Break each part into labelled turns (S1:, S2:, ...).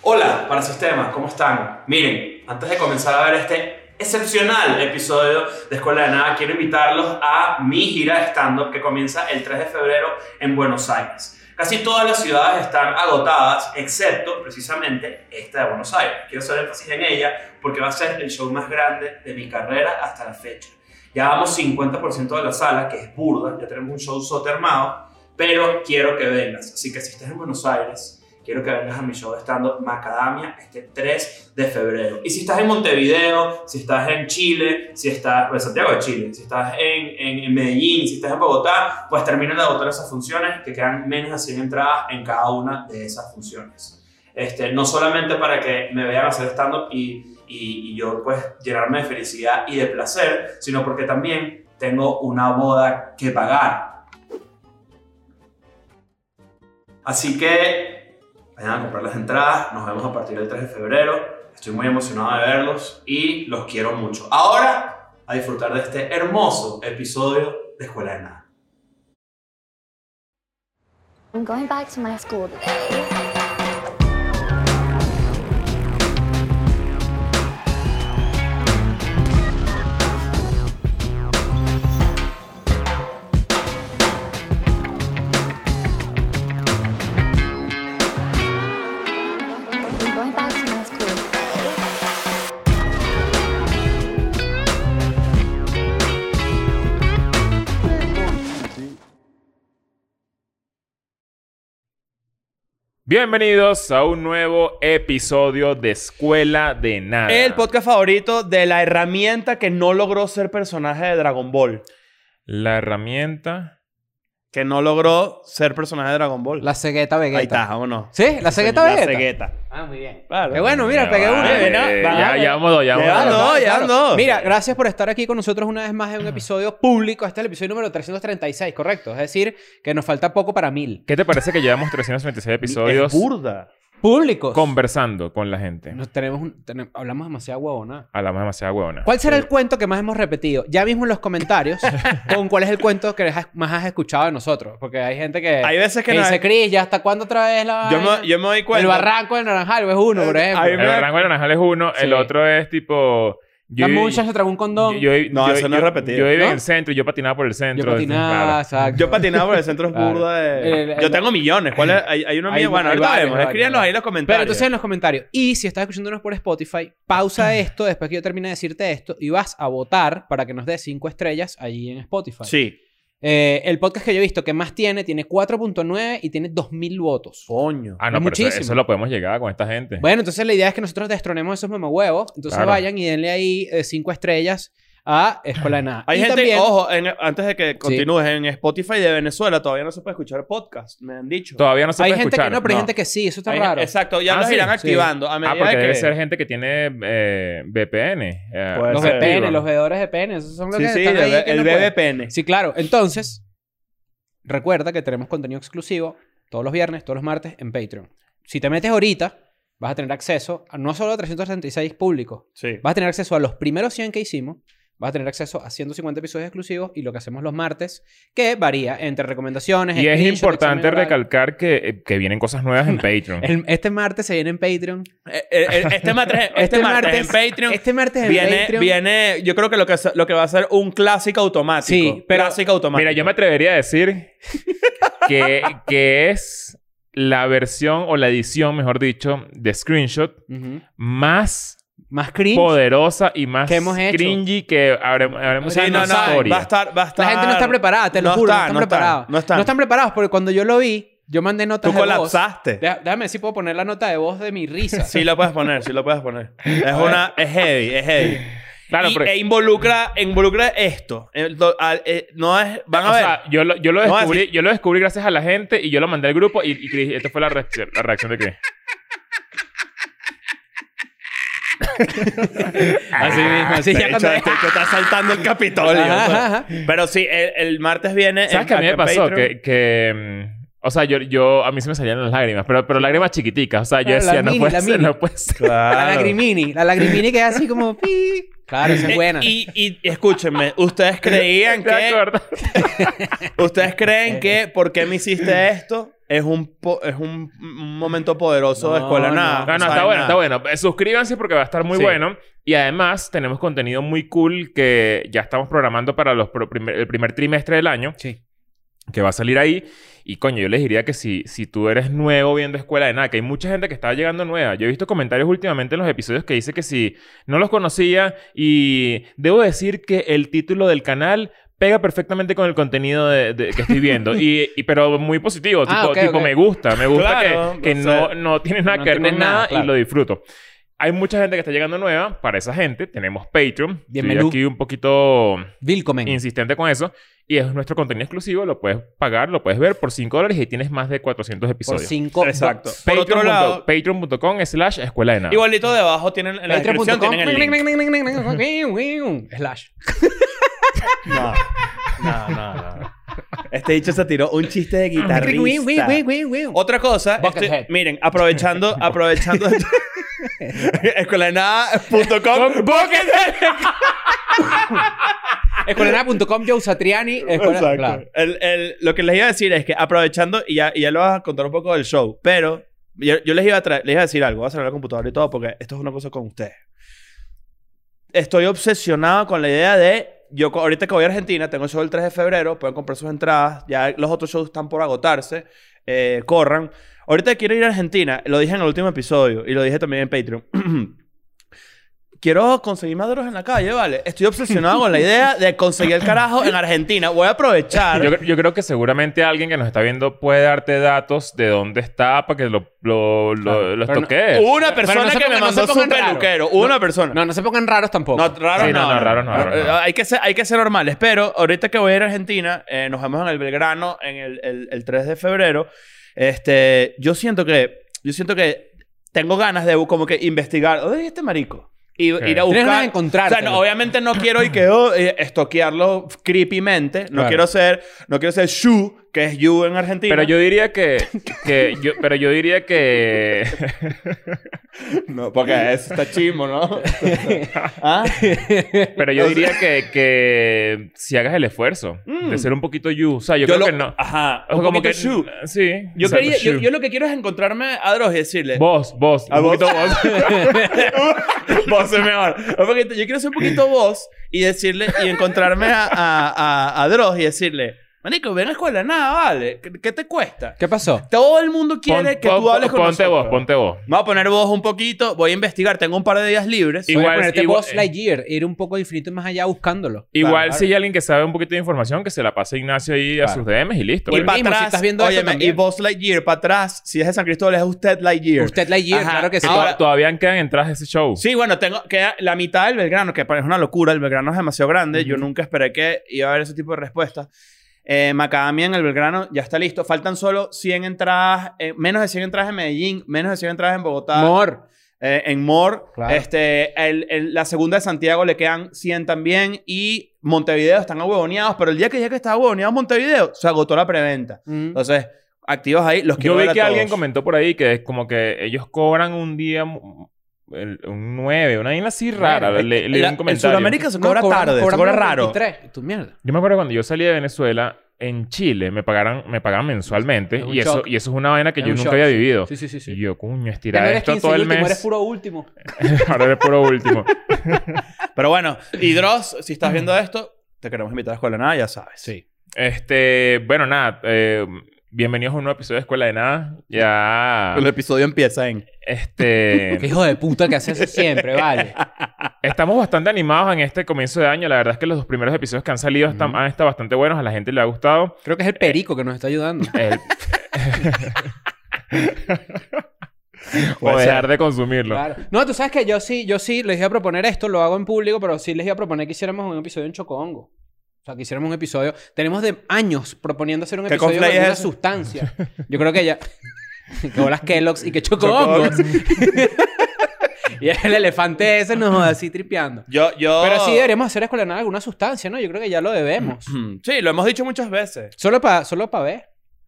S1: Hola, para Sistemas, ¿cómo están? Miren, antes de comenzar a ver este excepcional episodio de Escuela de Nada, quiero invitarlos a mi gira de stand-up que comienza el 3 de febrero en Buenos Aires. Casi todas las ciudades están agotadas, excepto precisamente esta de Buenos Aires. Quiero hacer énfasis en ella porque va a ser el show más grande de mi carrera hasta la fecha. Ya vamos 50% de la sala, que es burda, ya tenemos un show sotermado, pero quiero que vengas. Así que si estás en Buenos Aires, quiero que vengas a mi show de stand-up Macadamia este 3 de febrero. Y si estás en Montevideo, si estás en Chile, si estás en Santiago de Chile, si estás en, en- en Medellín, si estás en Bogotá, pues terminen de agotar esas funciones que quedan menos de 100 entradas en cada una de esas funciones. Este, no solamente para que me vean hacer stand-up y, y- y yo pues llenarme de felicidad y de placer, sino porque también tengo una boda que pagar. Así que Vayan a comprar las entradas, nos vemos a partir del 3 de febrero. Estoy muy emocionado de verlos y los quiero mucho. Ahora, a disfrutar de este hermoso episodio de Escuela de Nada.
S2: I'm going back to my school today. I'm going back to my school today.
S3: Bienvenidos a un nuevo episodio de Escuela de Nada.
S4: El podcast favorito de la herramienta que no logró ser personaje de Dragon Ball.
S3: La herramienta.
S4: Que no logró ser personaje de Dragon Ball.
S5: La cegueta Vegeta.
S4: Ahí está, vámonos.
S5: ¿Sí? ¿La cegueta
S4: La
S5: Vegeta?
S4: cegueta.
S5: Ah, muy bien.
S4: Claro.
S5: Qué bueno, mira, pegué
S3: vale.
S5: una.
S4: Mira,
S3: Ya,
S4: vale.
S3: ya vamos dos, ya
S4: Ya
S3: vamos dos.
S4: no, ya no.
S5: Mira, gracias por estar aquí con nosotros una vez más en un episodio público. Este es el episodio número 336, correcto. Es decir, que nos falta poco para mil.
S3: ¿Qué te parece que llevamos 336 episodios
S4: Es burda.
S5: Públicos.
S3: conversando con la gente?
S5: Nos tenemos un- tenem- hablamos demasiado huevona.
S3: Hablamos demasiado huevona.
S5: ¿Cuál será el cuento que más hemos repetido? Ya mismo en los comentarios, con cuál es el cuento que has- más has escuchado de nosotros. Porque hay gente que,
S4: Hay veces que
S5: que
S4: no-
S5: dice, Cris, ¿ya hasta cuándo otra vez la
S4: Yo
S5: vaina?
S4: me, yo me doy cuenta.
S5: El barranco del Naranjal es uno, por
S4: Eh,
S5: ejemplo.
S4: ahí
S3: El
S4: me-
S3: rango de naranjal es uno, el
S5: Sí.
S3: otro es tipo.
S5: La mucha se tragó un condón.
S3: yo- yo-
S4: No,
S3: yo-
S4: eso no es
S3: yo-
S4: repetido.
S3: Yo vivía
S5: ¿No?
S3: en el centro, yo patinaba por el centro.
S5: Yo patinaba,
S3: claro.
S5: exacto.
S4: Yo patinaba por el centro es
S5: Claro.
S4: burda de...
S5: El- el-
S4: yo tengo millones. ¿Cuál es? Hay, hay uno
S5: Hay-
S4: mío. Bueno,
S5: hay
S4: ahorita
S5: varios,
S4: vemos.
S5: hay varios.
S4: Escríbanlos ahí en los comentarios.
S5: Pero entonces en los comentarios. Y si estás escuchándonos por Spotify, pausa esto después que yo termine de decirte esto y vas a votar para que nos dé cinco estrellas allí en Spotify.
S4: Sí.
S5: Eh, el podcast que yo he visto que más tiene, tiene 4.9 y tiene 2.000 votos.
S4: Coño.
S3: Ah, no,
S5: Es
S3: pero eso,
S5: muchísimo.
S3: eso lo podemos llegar con esta gente.
S5: Bueno, entonces la idea es que nosotros destronemos esos mamahuevos. Entonces
S3: Claro.
S5: vayan y denle ahí eh, cinco estrellas a Escuela de Nada.
S4: Hay
S5: Y
S4: gente,
S5: también-
S4: ojo, en- antes de que continúes, en Spotify de Venezuela todavía no se puede escuchar podcast, me han dicho.
S3: Todavía no se
S5: hay
S3: puede
S5: gente
S3: escuchar.
S5: que no, pero hay
S4: No.
S5: gente que sí. Eso está
S4: Hay-
S5: raro.
S4: Exacto, ya
S3: Ah,
S4: los
S3: sí.
S4: irán
S5: Sí.
S4: activando a medida
S3: Ah, porque
S4: que...
S3: debe ser gente que tiene eh, VPN. eh,
S4: Puede
S5: Los
S4: ser.
S5: VPN,
S3: activa.
S5: los veedores de PN. Esos son los
S4: Sí,
S5: que
S4: sí,
S5: están ahí
S4: el,
S5: que
S4: el
S5: no pueden.
S4: BBPN.
S5: Sí, claro. Entonces, recuerda que tenemos contenido exclusivo todos los viernes, todos los martes en Patreon. Si te metes ahorita, vas a tener acceso a no solo a 376 públicos,
S4: Sí.
S5: vas a tener acceso a los primeros 100 que hicimos, vas a tener acceso a 150 episodios exclusivos y lo que hacemos los martes, que varía entre recomendaciones.
S3: Y es
S5: screenshots,
S3: importante
S5: examen oral.
S3: recalcar que, eh, que vienen cosas nuevas en Patreon.
S5: El- este martes se viene en Patreon.
S4: Eh, eh, eh, Este, martes, este, martes, en Patreon
S5: Este martes en
S4: viene,
S5: Patreon.
S4: viene, yo creo que lo que, se- lo que va a ser un clásico automático.
S5: Sí, pero-
S4: clásico automático.
S3: Mira, yo me atrevería a decir que, que es la versión o la edición, mejor dicho, de Screenshot
S5: Ujú.
S3: más
S5: Más cringe.
S3: poderosa y más
S5: ¿Qué hemos hecho?
S3: cringy que habre- habremos
S4: Sí,
S3: hecho en
S4: no,
S3: la
S4: no,
S3: historia.
S4: va a estar, va a estar...
S5: La gente no está preparada, te lo
S4: No
S5: juro.
S4: está,
S5: no
S4: no
S5: están
S4: está,
S5: preparados.
S4: no está.
S5: preparados porque cuando yo lo vi, yo mandé notas
S4: Tú
S5: de
S4: colapsaste.
S5: voz. Deja- Déjame ver si puedo poner la nota de voz de mi risa.
S4: Sí lo puedes poner, sí lo puedes poner. Es una... Es heavy, es heavy.
S3: Claro,
S4: Y-
S3: pero-
S4: E involucra, involucra esto. El do- al- eh, no es... Van a
S3: O
S4: ver.
S3: sea, yo lo, yo, lo
S4: No,
S3: descubrí,
S4: así-
S3: yo lo descubrí gracias a la gente y yo lo mandé al grupo y, y Chris- esta fue la reacción, la reacción de Chris.
S5: así mismo. Así
S4: De
S5: ya
S4: hecho,
S5: cuando...
S4: este que está saltando el Capitolio.
S5: Ajá,
S4: pues.
S5: ajá.
S4: Pero sí, el, el martes viene.
S3: ¿Sabes
S4: en-
S3: qué a mí me
S4: acá en
S3: pasó?
S4: Patreon.
S3: Que, que, mm, o sea, yo, yo, a mí se me salían las lágrimas, pero, pero lágrimas chiquiticas. O sea, yo
S5: Claro, la
S3: decía, no
S5: mini,
S3: puede
S5: la
S3: ser,
S5: mini.
S3: no puede ser.
S5: La
S4: Claro.
S5: lagrimini. La lagrimini que es así como... pi. Claro, esa es
S4: Eh,
S5: buena.
S4: Y, y escúchenme, ustedes creían
S3: ¿Te
S4: que.
S3: acuerdas?
S4: Eh, Ustedes creen que. ¿Por qué me hiciste esto? es un, po- es un, un momento poderoso de
S5: No,
S4: escuela
S5: no.
S3: No, no,
S4: nada. saben
S3: está bueno,
S4: nada.
S3: está bueno. Eh, Suscríbanse porque va a estar muy
S5: Sí.
S3: bueno. Y además tenemos contenido muy cool que ya estamos programando para los pro- primer- el primer trimestre del año,
S5: Sí.
S3: que va a salir ahí. Y coño, yo les diría que si, si tú eres nuevo viendo Escuela de Nada, que hay mucha gente que está llegando nueva. Yo he visto comentarios últimamente en los episodios que dice que si no los conocía y debo decir que el título del canal pega perfectamente con el contenido de- de- que estoy viendo. y, y- pero muy positivo, tipo,
S5: Ah, ok,
S3: tipo
S5: ok.
S3: me gusta, me gusta
S4: Claro,
S3: que, que
S4: o
S3: no,
S4: sea,
S3: no tiene nada
S5: no
S3: que ver
S5: tiene
S3: con
S5: nada,
S3: nada,
S5: claro.
S3: y lo disfruto. Hay mucha gente que está llegando nueva. Para esa gente tenemos Patreon.
S5: Bienvenido.
S3: Estoy aquí un poquito
S5: Vilcomen.
S3: insistente con eso. Y es nuestro contenido exclusivo. Lo puedes pagar, lo puedes ver por 5 dólares y tienes más de 400
S5: Por
S3: episodios.
S5: 5
S4: Exacto. Por
S3: Patreon
S4: otro
S3: punto-
S4: lado,
S3: Patreon.com slash escuela de nada.
S4: igualito debajo tienen en la descripción
S5: Patreon.com.
S4: tienen el link.
S5: Slash.
S4: No, no, no, no. Este dicho se tiró un chiste de
S3: Ah,
S4: guitarrista. Otra cosa,
S5: Buckethead.
S4: estoy- miren, aprovechando, aprovechando escuelanada.com
S5: Escuelanada.com, Joe Satriani. escuela-
S4: Exacto.
S5: claro.
S4: El- el- lo que les iba a decir es que aprovechando, y ya, y ya lo vas a contar un poco del show, pero yo, yo les, iba a traer- les iba a decir algo, voy a cerrar la computadora y todo, porque esto es una cosa con ustedes. Estoy obsesionado con la idea de, yo co- ahorita que voy a Argentina, tengo el show el 3 de febrero, pueden comprar sus entradas, ya los otros shows están por agotarse, eh, corran. Ahorita quiero ir a Argentina, lo dije en el último episodio y lo dije también en Patreon. Quiero conseguir maduros en la calle, ¿vale? Estoy obsesionado con la idea de conseguir el carajo en Argentina. Voy a aprovechar.
S3: Yo, cre- yo creo que seguramente alguien que nos está viendo puede darte datos de dónde está para que lo, lo, lo,
S5: Claro.
S3: lo
S5: Pero no- uh,
S3: estoquees.
S4: Hubo una
S5: Pero
S4: persona
S5: no se
S4: que me
S5: pongan- no
S4: mandó
S5: se
S4: su
S5: pongan raro.
S4: peluquero. Hubo una persona.
S5: No, no se pongan raros tampoco.
S4: No, raro
S3: Sí, no,
S4: no. Eh,
S3: no, raro no, raro no.
S4: Hay que ser, hay que ser normales. Pero ahorita que voy a ir a Argentina, eh, nos vemos en el Belgrano en el, el- el 3 de febrero. Este, yo siento que, yo siento que tengo ganas de como que investigar. ¿Dónde es este marico? Y
S3: Ok.
S4: ir
S5: Tienes
S4: a
S5: ganas de
S4: buscar. O
S5: encontrarte.
S4: sea, no, obviamente no quiero y que oh, eh, estoquearlo creepymente. No
S5: Claro.
S4: quiero ser, no quiero ser Shu, que es You en Argentina.
S3: Pero yo diría que, que yo, pero yo diría que
S4: no, porque eso está chismo, ¿no? ¿Ah?
S3: pero yo diría que, que si hagas el esfuerzo de ser un poquito you, o sea, yo, creo
S4: Mm. lo-
S3: que no.
S4: Ajá.
S3: O
S4: un
S3: como
S4: poquito
S3: que
S4: Shu.
S3: sí.
S4: Yo,
S3: exacto,
S4: quería, yo,
S3: you.
S4: yo lo que quiero es encontrarme a Dross y decirle.
S3: vos, vos,
S4: ¿A
S3: un
S4: vos?
S3: poquito vos.
S4: Vos es mejor. Un poquito- yo quiero ser un poquito vos y decirle y encontrarme a, a, a, a Dross y decirle, Manico, ven a escuela, nada, vale. ¿Qué, qué te cuesta?
S5: ¿Qué pasó?
S4: Todo el mundo quiere
S3: Pon-
S4: que
S3: pon-
S4: tú hables con
S3: ponte
S4: nosotros.
S3: vos, ponte vos.
S4: Me voy a poner vos un poquito, voy a investigar, tengo un par de días libres.
S3: Y-
S5: Voy
S3: Igual-
S5: a ponerte
S3: igual-
S4: eh.
S5: Buzz Lightyear, ir un poco infinito más allá buscándolo.
S3: Igual
S4: Claro,
S3: si hay alguien que sabe un poquito de información que se la pase Ignacio ahí a
S5: Claro.
S3: sus DMs y listo.
S4: Y
S3: pues.
S5: pa-
S4: para
S5: mismo, si
S4: atrás,
S5: estás viendo esto
S4: óyeme, y
S5: también.
S4: vos Lightyear, para atrás, si es de San Cristóbal, es usted Lightyear.
S5: Usted Lightyear,
S4: Ajá.
S5: claro que
S3: Que
S5: sí.
S3: to-
S4: ahora-
S3: todavía quedan entradas de ese show.
S4: Sí, bueno, tengo que la mitad del Belgrano, que parece una locura, el Belgrano es demasiado grande, yo nunca esperé que iba a haber ese tipo de respuestas. Eh, Macadamia en el Belgrano ya está listo, faltan solo 100 entradas, eh, menos de 100 entradas en Medellín, menos de 100 entradas en Bogotá,
S5: Amor.
S4: eh, en Mor,
S5: Claro.
S4: este, el- el- la segunda de Santiago le quedan 100 también y Montevideo están ahuevoneados, pero el día que ya que estaba ahuevoneado Montevideo, se agotó la preventa.
S5: Mm.
S4: Entonces, activos ahí, los quiero
S3: Yo vi
S4: ver a
S3: que alguien
S4: todos.
S3: comentó por ahí que es como que ellos cobran un día mu- el- un 9, una isla así rara.
S5: Bueno,
S3: Le, leí
S4: Eh, La-
S3: un comentario.
S4: En Sudamérica se
S5: No,
S4: cobra
S5: cobramos-
S4: tarde, se
S5: cobramos
S4: cobra
S5: los
S4: raro.
S5: 23. Tu mierda.
S3: Yo me acuerdo cuando yo salí de Venezuela, en Chile me pagaran, me pagaban mensualmente.
S5: Es un
S3: Y eso,
S5: shock.
S3: y eso es una vaina que
S5: Es
S3: yo
S5: un
S3: nunca
S5: shock,
S3: había
S5: sí.
S3: vivido.
S5: Sí, sí, sí. sí.
S3: Y yo, coño,
S5: Ya no
S3: estirar
S5: eres
S3: esto
S5: 15
S3: todo el
S5: último, eres
S3: mes.
S5: puro último.
S3: Ahora eres puro último.
S4: Pero bueno, y Dross, si estás viendo esto, te queremos invitar a Escuela de Nada, ya sabes.
S5: Sí.
S3: Este, bueno, nada. eh, bienvenidos a un nuevo episodio de Escuela de Nada. Ya.
S4: El episodio empieza en...
S3: Este.
S5: Qué hijo de puta que hace eso siempre, vale.
S3: Estamos bastante animados en este comienzo de año. La verdad es que los dos primeros episodios que han salido están-
S5: Ujú.
S3: han estado bastante buenos. A la gente le ha gustado.
S5: Creo que es el perico que nos está ayudando.
S3: El- o
S4: Puede ser.
S3: dejar de consumirlo.
S5: Claro. No, tú sabes que yo sí, yo sí les iba a proponer esto, lo hago en público, pero sí les iba a proponer que hiciéramos un episodio en Chocongo. O sea, que hiciéramos un episodio. Tenemos de años proponiendo hacer un
S4: ¿Qué
S5: episodio
S4: cosplay
S5: de
S4: es
S5: una
S4: ese?
S5: sustancia. Yo creo que ya. que bolas Kellogg's y que Chocongos. y el elefante ese nos joda así tripeando.
S4: Yo, yo...
S5: Pero
S3: Oh.
S5: sí deberíamos hacer escuela de nada alguna sustancia, ¿no? Yo creo que ya lo debemos.
S4: Mm, Sí, lo hemos dicho muchas veces.
S5: Solo para solo pa ver.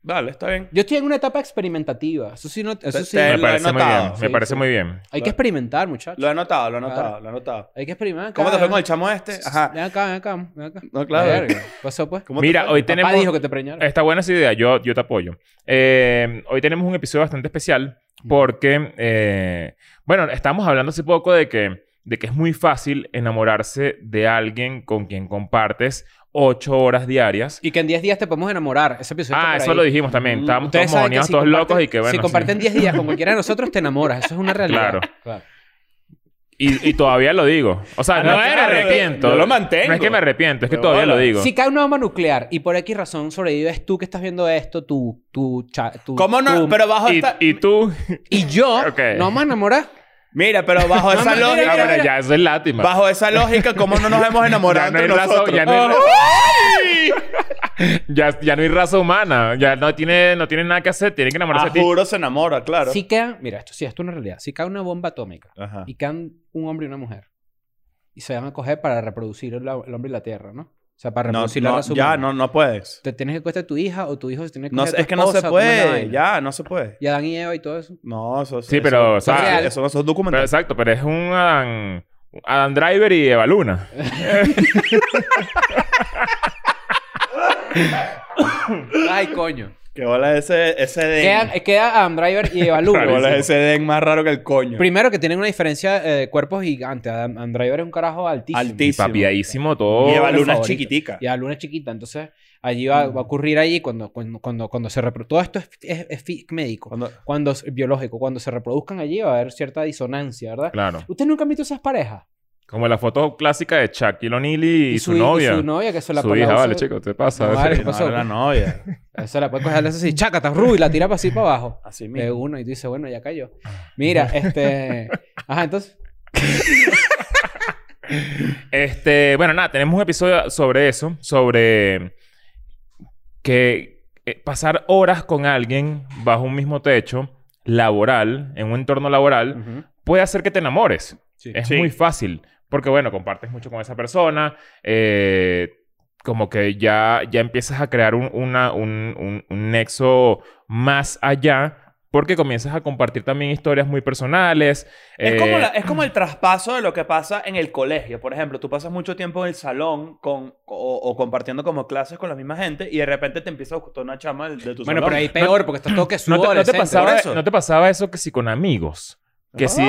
S4: Vale, está bien.
S5: Yo estoy en una etapa experimentativa. Eso sí, no, eso
S4: Te-
S5: sí.
S3: Me
S4: te- lo he
S3: parece muy
S4: notado,
S3: bien. Me
S5: sí,
S3: parece
S5: sí.
S3: muy bien.
S5: Hay que experimentar, muchachos.
S4: Lo he notado, lo he
S5: Claro.
S4: notado, lo he notado.
S5: Hay que experimentar.
S4: ¿Cómo te fue con
S5: cara.
S4: el chamo este? Ajá.
S5: Ven acá, ven acá, ven acá.
S4: No, claro.
S5: Verga, ¿qué pasó, pues?
S4: ¿Cómo te
S3: Mira,
S4: fue?
S3: hoy
S5: Papá
S3: tenemos...
S5: dijo que te preñaron.
S3: Está buena esa idea, yo, yo te apoyo. Eh, hoy tenemos un episodio bastante especial porque, eh, bueno, estábamos hablando hace poco de que, de que es muy fácil enamorarse de alguien con quien compartes ocho horas diarias.
S5: Y que en 10 días te podemos enamorar. Ese episodio está
S3: Ah,
S5: por
S3: eso
S5: ahí. Mm.
S3: lo dijimos también. Estábamos
S5: Ustedes
S3: todos
S5: saben que
S3: mojoneados,
S5: si
S3: todos
S5: comparten-
S3: locos y que bueno.
S5: Si
S3: sí.
S5: comparten 10 días con cualquiera de nosotros, te enamoras. Eso es una realidad.
S3: Claro. Y, y todavía lo digo. O sea,
S4: Ah,
S3: no,
S4: no,
S3: es que me
S4: claro,
S3: arrepiento.
S4: yo lo mantengo.
S3: No es que me arrepiento, es que
S4: Pero
S3: todavía
S4: hola.
S3: lo digo.
S5: Si cae una bomba nuclear y por X razón sobrevives tú que estás viendo esto, tú, tú, cha- tú-
S4: ¿Cómo no?
S5: tú-
S4: Pero bajo
S3: Y,
S4: esta...
S3: y tú...
S5: Y yo,
S3: Ok.
S5: no vamos a enamorar.
S4: Mira, pero bajo esa
S3: No,
S4: lógica...
S3: pero Ah, ya eso es lástima.
S4: Bajo esa lógica, ¿cómo no nos hemos enamorado
S3: Ya no hay
S4: entre
S3: razón,
S4: nosotros?
S3: ya no hay razón. ya, ya no hay raza humana. Ya no tiene, no tiene nada que hacer. Tiene que enamorarse
S4: Ah,
S3: de ti.
S4: juro se enamora, claro.
S5: Si queda, mira, esto sí, esto es una realidad. Si cae una bomba atómica
S4: Ajá.
S5: y quedan un hombre y una mujer y se van a coger para reproducir el, el hombre y la tierra, ¿no? O sea, para
S4: No,
S5: reproducir la
S4: no,
S5: raza
S4: ya,
S5: humana.
S4: no, no puedes.
S5: Te tienes que coger a tu hija o tu hijo se tiene que
S4: No,
S5: coger a tu
S4: es que no se
S5: esposa, tú mandas la
S4: puede.
S5: vaina.
S4: Ya, no se puede.
S5: Y Adán y Eva y todo eso.
S4: No, eso
S3: Sí, pero, o
S4: Eso,
S3: sea, eh,
S4: eso, eso no son
S3: Pero,
S4: documentales.
S3: exacto, pero es un Adam, Adam Driver y Eva Luna.
S5: Ay, coño.
S4: Que bola ese, ese den.
S5: Quedan- eh, queda Adam Driver y Eva
S4: Que
S5: Luna.
S4: bola ese den más raro que el coño.
S5: Primero que tienen una diferencia eh, de cuerpos gigante. Adam, Adam Driver es un carajo altísimo.
S4: Altísimo.
S3: Papiadísimo todo.
S4: Y Eva
S5: Mi
S4: Luna es
S5: favorito.
S4: chiquitica.
S5: Y la luna es chiquita. Entonces, allí va,
S4: Mm.
S5: va a ocurrir ahí cuando, cuando, cuando, cuando se reproduce. Todo esto es, es- es fi- médico. Cuando,
S4: Cuando-
S5: es biológico. Cuando se reproduzcan allí va a haber cierta disonancia, ¿verdad?
S3: Claro.
S5: ¿Ustedes nunca han visto esas parejas?
S3: Como la foto clásica de Shaquille O'Neal y, su, novia.
S5: Y su
S3: Su,
S5: novia que se la la
S3: hija,
S5: usa-
S3: vale, chico, te pasa.
S5: No, vale. Ah, ¿Qué
S4: No,
S5: pasó?
S4: era la novia.
S5: Se la puede coger le hace así, chácata, ru, y la tira para así para abajo.
S4: Así
S5: De
S4: mismo.
S5: uno y tú dices, bueno, ya cayó. Mira, este... Ajá, entonces...
S3: Este, bueno, nada, tenemos un episodio sobre eso, sobre que eh, pasar horas con alguien bajo un mismo techo laboral, en un entorno laboral, puede hacer que te enamores.
S5: Sí.
S3: Es
S4: Sí.
S3: muy fácil, porque bueno, compartes mucho con esa persona, eh, como que ya, ya empiezas a crear un, una- un- un- un nexo más allá, porque comienzas a compartir también historias muy personales.
S4: Es
S3: eh,
S4: como, la- es como el traspaso de lo que pasa en el colegio. Por ejemplo, tú pasas mucho tiempo en el salón con, o, o compartiendo como clases con la misma gente y de repente te empieza a gustar una chama de, de tu
S5: Bueno,
S4: salón.
S5: pero ahí peor porque estás todo que
S3: ¿No te, no te
S5: sudores.
S3: pasaba,
S4: por eso.
S3: no te pasaba eso que si con amigos? Que si,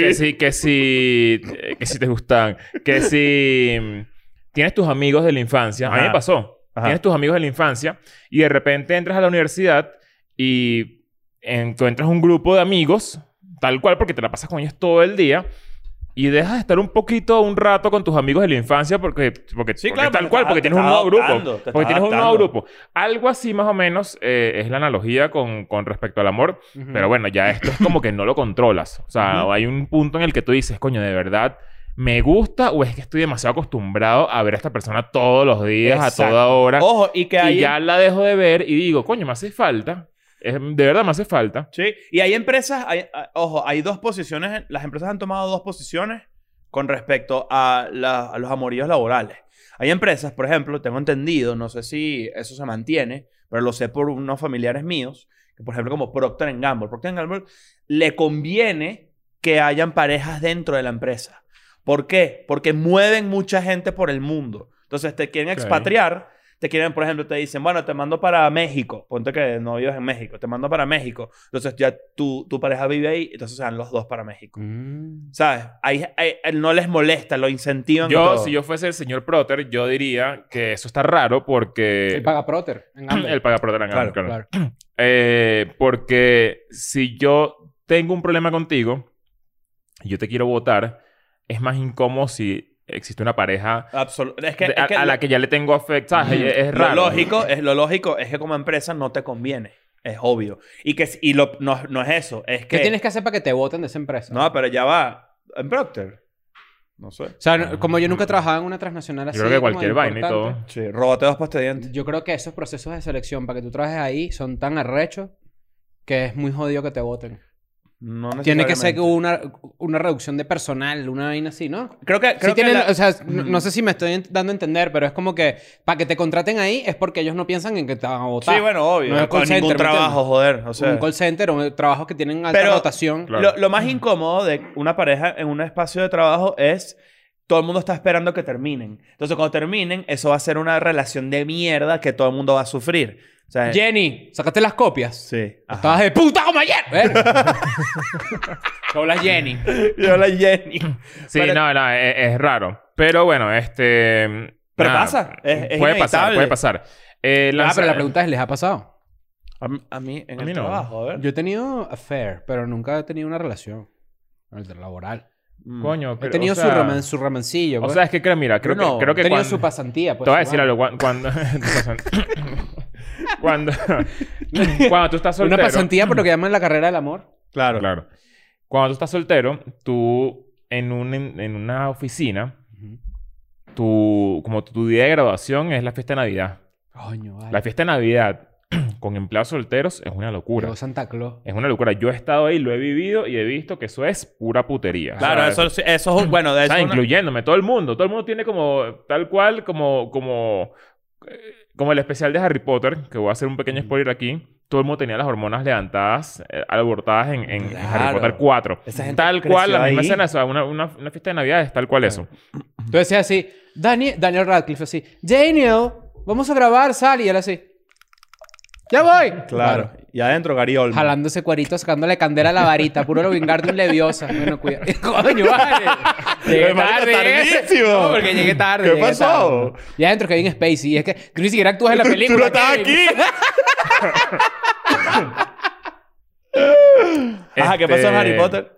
S3: que si, que si, eh, que si te gustan. Que si mm, tienes tus amigos de la infancia. A mí
S4: Ajá.
S3: me pasó.
S4: Ajá.
S3: Tienes tus amigos de la infancia y de repente entras a la universidad y encuentras un grupo de amigos, tal cual, porque te la pasas con ellos todo el día. Y dejas de estar un poquito, un rato con tus amigos de la infancia porque, porque,
S4: Sí,
S3: porque
S4: claro,
S3: tal
S4: porque
S3: cual,
S4: te
S3: porque
S4: estás-
S3: tienes un
S4: te
S3: nuevo
S4: estás
S3: grupo.
S4: adaptando, te
S3: Porque
S4: estás
S3: tienes un nuevo
S4: adaptando.
S3: grupo. Algo así más o menos eh, es la analogía con, con respecto al amor. Pero bueno, ya esto es como que no lo controlas. O sea, hay un punto en el que tú dices, coño, de verdad, ¿me gusta o es que estoy demasiado acostumbrado a ver a esta persona todos los días, a
S4: Exacto.
S3: toda hora?
S4: Ojo, y que
S3: y
S4: ahí
S3: ya la dejo de ver y digo, coño, me hace falta. Es- de verdad me hace falta.
S4: Sí, y hay empresas, hay- a- ojo, hay dos posiciones, las empresas han tomado dos posiciones con respecto a, la- a los amoríos laborales. Hay empresas, por ejemplo, tengo entendido, no sé si eso se mantiene, pero lo sé por unos familiares míos, que por ejemplo como Procter Gamble, Procter Gamble le conviene que hayan parejas dentro de la empresa. ¿Por qué? Porque mueven mucha gente por el mundo. Entonces te quieren
S3: Ok.
S4: expatriar, te quieren, por ejemplo, te dicen, bueno, te mando para México. Ponte que no vives en México, te mando para México. Entonces ya tu, tu pareja vive ahí, entonces se van los dos para
S3: Mm.
S4: México. ¿Sabes? Ahí, ahí- eh, no les molesta, lo incentivan. y
S3: Yo,
S4: todo.
S3: si yo fuese el señor Proter, yo diría que eso está raro porque...
S5: El pagaproter. En Amber.
S3: Eh, El paga Proter.
S4: Claro,
S3: claro.
S5: Claro.
S3: Eh, porque si yo tengo un problema contigo, y yo te quiero votar, es más incómodo si existe una pareja
S4: Absol- es que,
S3: de-
S4: es
S3: a,
S4: que
S3: a la que ya le tengo afecto. ¿sabes?
S5: Ujú.
S3: Es, es
S4: lo,
S3: raro.
S4: lógico, es, lo lógico es que como empresa no te conviene. Es obvio. Y que si- y lo, no, no es eso. Es que...
S5: ¿Qué tienes que hacer para que te voten de esa empresa?
S4: No, pero ya va. En Procter. No sé.
S5: O sea, no- como yo nunca trabajaba en una transnacional así.
S3: Ah. Yo creo que
S5: como
S3: cualquier vaina y todo.
S5: importante,
S4: Sí, róbate dos pastas de dientes.
S5: Yo creo que esos procesos de selección para que tú trabajes ahí son tan arrechos que es muy jodido que te voten.
S4: No
S5: Tiene que ser
S4: necesariamente.
S5: que hubo una, una reducción de personal, una vaina así, ¿no?
S4: Creo que.
S5: Sí
S4: Creo que
S5: tienen-
S4: la-
S5: o sea, no, no sé si me estoy ent- dando a entender, pero es como que para que te contraten ahí es porque ellos no piensan en que te van a votar.
S4: Sí, bueno, obvio.
S5: No es
S4: con
S5: call center,
S4: ningún
S5: ¿me
S4: trabajo,
S5: entiendes?
S4: joder. O sea,
S5: un call center o trabajos que tienen alta
S4: Pero-
S5: rotación.
S3: Claro.
S4: lo, lo más incómodo de una pareja en un espacio de trabajo es todo el mundo está esperando que terminen. Entonces, cuando terminen, eso va a ser una relación de mierda que todo el mundo va a sufrir. O sea,
S5: Jenny, ¿sacaste las copias?
S4: sí. ajá.
S5: Estabas de puta como ayer. ¿eh? Verga. Tú hablas Jenny.
S4: Yo la Jenny.
S3: Sí,
S4: Pero-
S3: no, no, es, es raro. Pero bueno, este.
S4: Pero pasa, es- es
S3: puede pasar,
S4: inevitable.
S3: puede pasar. Eh,
S5: Ah,
S3: lanza-
S5: pero la pregunta es, ¿les ha pasado?
S4: A, mí- a mí en
S3: A
S4: el
S3: mí no.
S4: trabajo, a ver.
S5: Yo he tenido affair, pero nunca he tenido una relación laboral.
S4: Mm.
S3: Coño,
S5: He
S3: creo-
S5: tenido
S3: o sea,
S5: su, roman- su romancillo.
S3: O
S5: pues.
S3: sea, es que creo, mira, creo
S4: Bruno,
S3: que. Creo
S5: he
S3: que
S5: tenido
S3: cuando-
S5: su pasantía. Pues,
S3: Te voy a
S5: su
S3: decir
S5: vaina.
S3: algo. Cuan- Cuando. cuando, cuando tú estás soltero.
S5: Una pasantía por lo que llaman la carrera del amor.
S4: Claro.
S3: Claro. Cuando tú estás soltero, tú en, un, en, en una oficina, tu, como tu día de graduación es la fiesta de Navidad.
S5: Coño, vale.
S3: La fiesta de Navidad con empleados solteros es una locura.
S5: Llegó Santa Claus.
S3: Es una locura. Yo he estado ahí, lo he vivido y he visto que eso es pura putería.
S4: Claro,
S3: ¿sabes?
S4: eso, eso es un- Bueno, de
S3: O
S4: eso.
S3: sea,
S4: una-
S3: incluyéndome, todo el mundo. Todo el mundo tiene como, tal cual, como, como, eh, como el especial de Harry Potter, que voy a hacer un pequeño spoiler aquí. Todo el mundo tenía las hormonas levantadas, eh, alborotadas en, en Harry
S4: Claro.
S3: Potter 4.
S4: Esa gente
S3: Tal cual, la
S4: creció
S3: misma
S4: ahí.
S3: escena, o sea, una, una- una fiesta de Navidad es tal cual eso.
S5: Entonces decía así, Daniel, Daniel Radcliffe así, Daniel, vamos a grabar, sal. Y él así, ya voy.
S4: Claro. Y adentro, Gariol.
S5: Jalando ese cuerito, sacándole candela a la varita, puro lo Wingardium Leviosa. Bueno, cuidado. Coño, vale. Llegué
S4: Hermano,
S5: tarde. ¿eh?
S4: tardísimo.
S5: No, porque llegué tarde.
S4: ¿Qué
S5: llegué
S4: pasó?
S5: tarde. Ya adentro que en Spacey. Y es que tú ni siquiera actúas en la
S4: Tú- tú
S5: película.
S4: no estabas
S5: Kevin.
S4: aquí. Ajá, ¿qué pasó en
S3: Este,
S4: Harry Potter?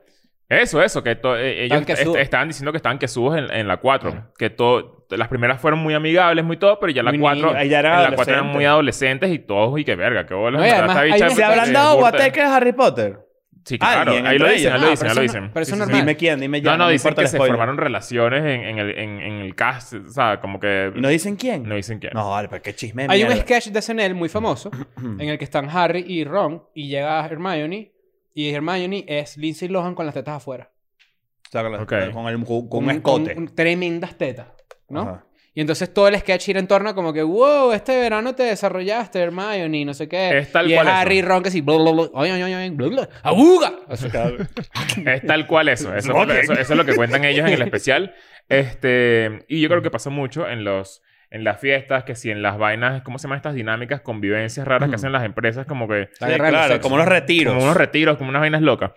S3: Eso, eso, que to- eh, ellos
S5: Estaban que
S3: est-
S5: subo.
S3: estaban diciendo que estaban que subos en, en la 4. Que todo, las primeras fueron muy amigables, muy todo, pero ya la
S5: Muy
S3: 4
S4: niños, ya eran
S3: en la 4 eran
S4: adolescentes.
S3: muy adolescentes y todos, y qué verga, qué bola.
S5: No, y además hay una-
S4: ¿Se
S5: ¿Se
S4: habrán dado guatecas de Harry Potter?
S3: Sí, claro,
S4: Alguien
S3: ahí lo
S4: entre
S3: dicen,
S4: ellos.
S3: ahí lo
S5: Ah,
S3: dicen, ahí
S5: pero
S3: lo
S5: eso no-
S3: dicen.
S5: pero
S3: Sí,
S5: eso no
S3: sí,
S5: es normal.
S4: Dime quién, dime ya.
S3: No, no,
S4: me
S3: dicen
S4: importa
S3: que
S4: el
S3: se
S4: spoiler.
S3: formaron relaciones en, en el, en, en el cast, o sea, como que...
S4: ¿Y no dicen quién?
S3: no dicen quién.
S4: No, vale, pero qué chisme. de
S5: Hay un
S4: mierda.
S5: sketch de SNL muy famoso en el que están Harry y Ron y llega Hermione y Hermione es Lindsay Lohan con las tetas afuera.
S4: O sea, con, la-
S3: Ok.
S4: con el- con- con un escote.
S5: con tremendas tetas, ¿no?
S4: Ajá.
S5: Y entonces todo el sketch gira en torno a como que, wow, este verano te desarrollaste, Hermione, no sé qué.
S3: Es tal
S5: y
S3: cual
S5: es Harry
S3: eso.
S5: y Ron que sí, bla, bla, bla, ay, ay, ay, ay, bla, bla, abuga. O sea,
S3: Es tal cual eso. Eso, fue lo-
S4: Ok.
S3: eso- eso es lo que cuentan ellos en el especial. Este, y yo creo que pasa mucho en los en las fiestas, que si en las vainas, ¿cómo se llaman estas dinámicas, convivencias raras que hacen las empresas? Como que...
S4: Sí,
S5: La guerra de los
S4: claro,
S5: sexos.
S4: como unos retiros.
S3: Como unos retiros, como unas vainas locas.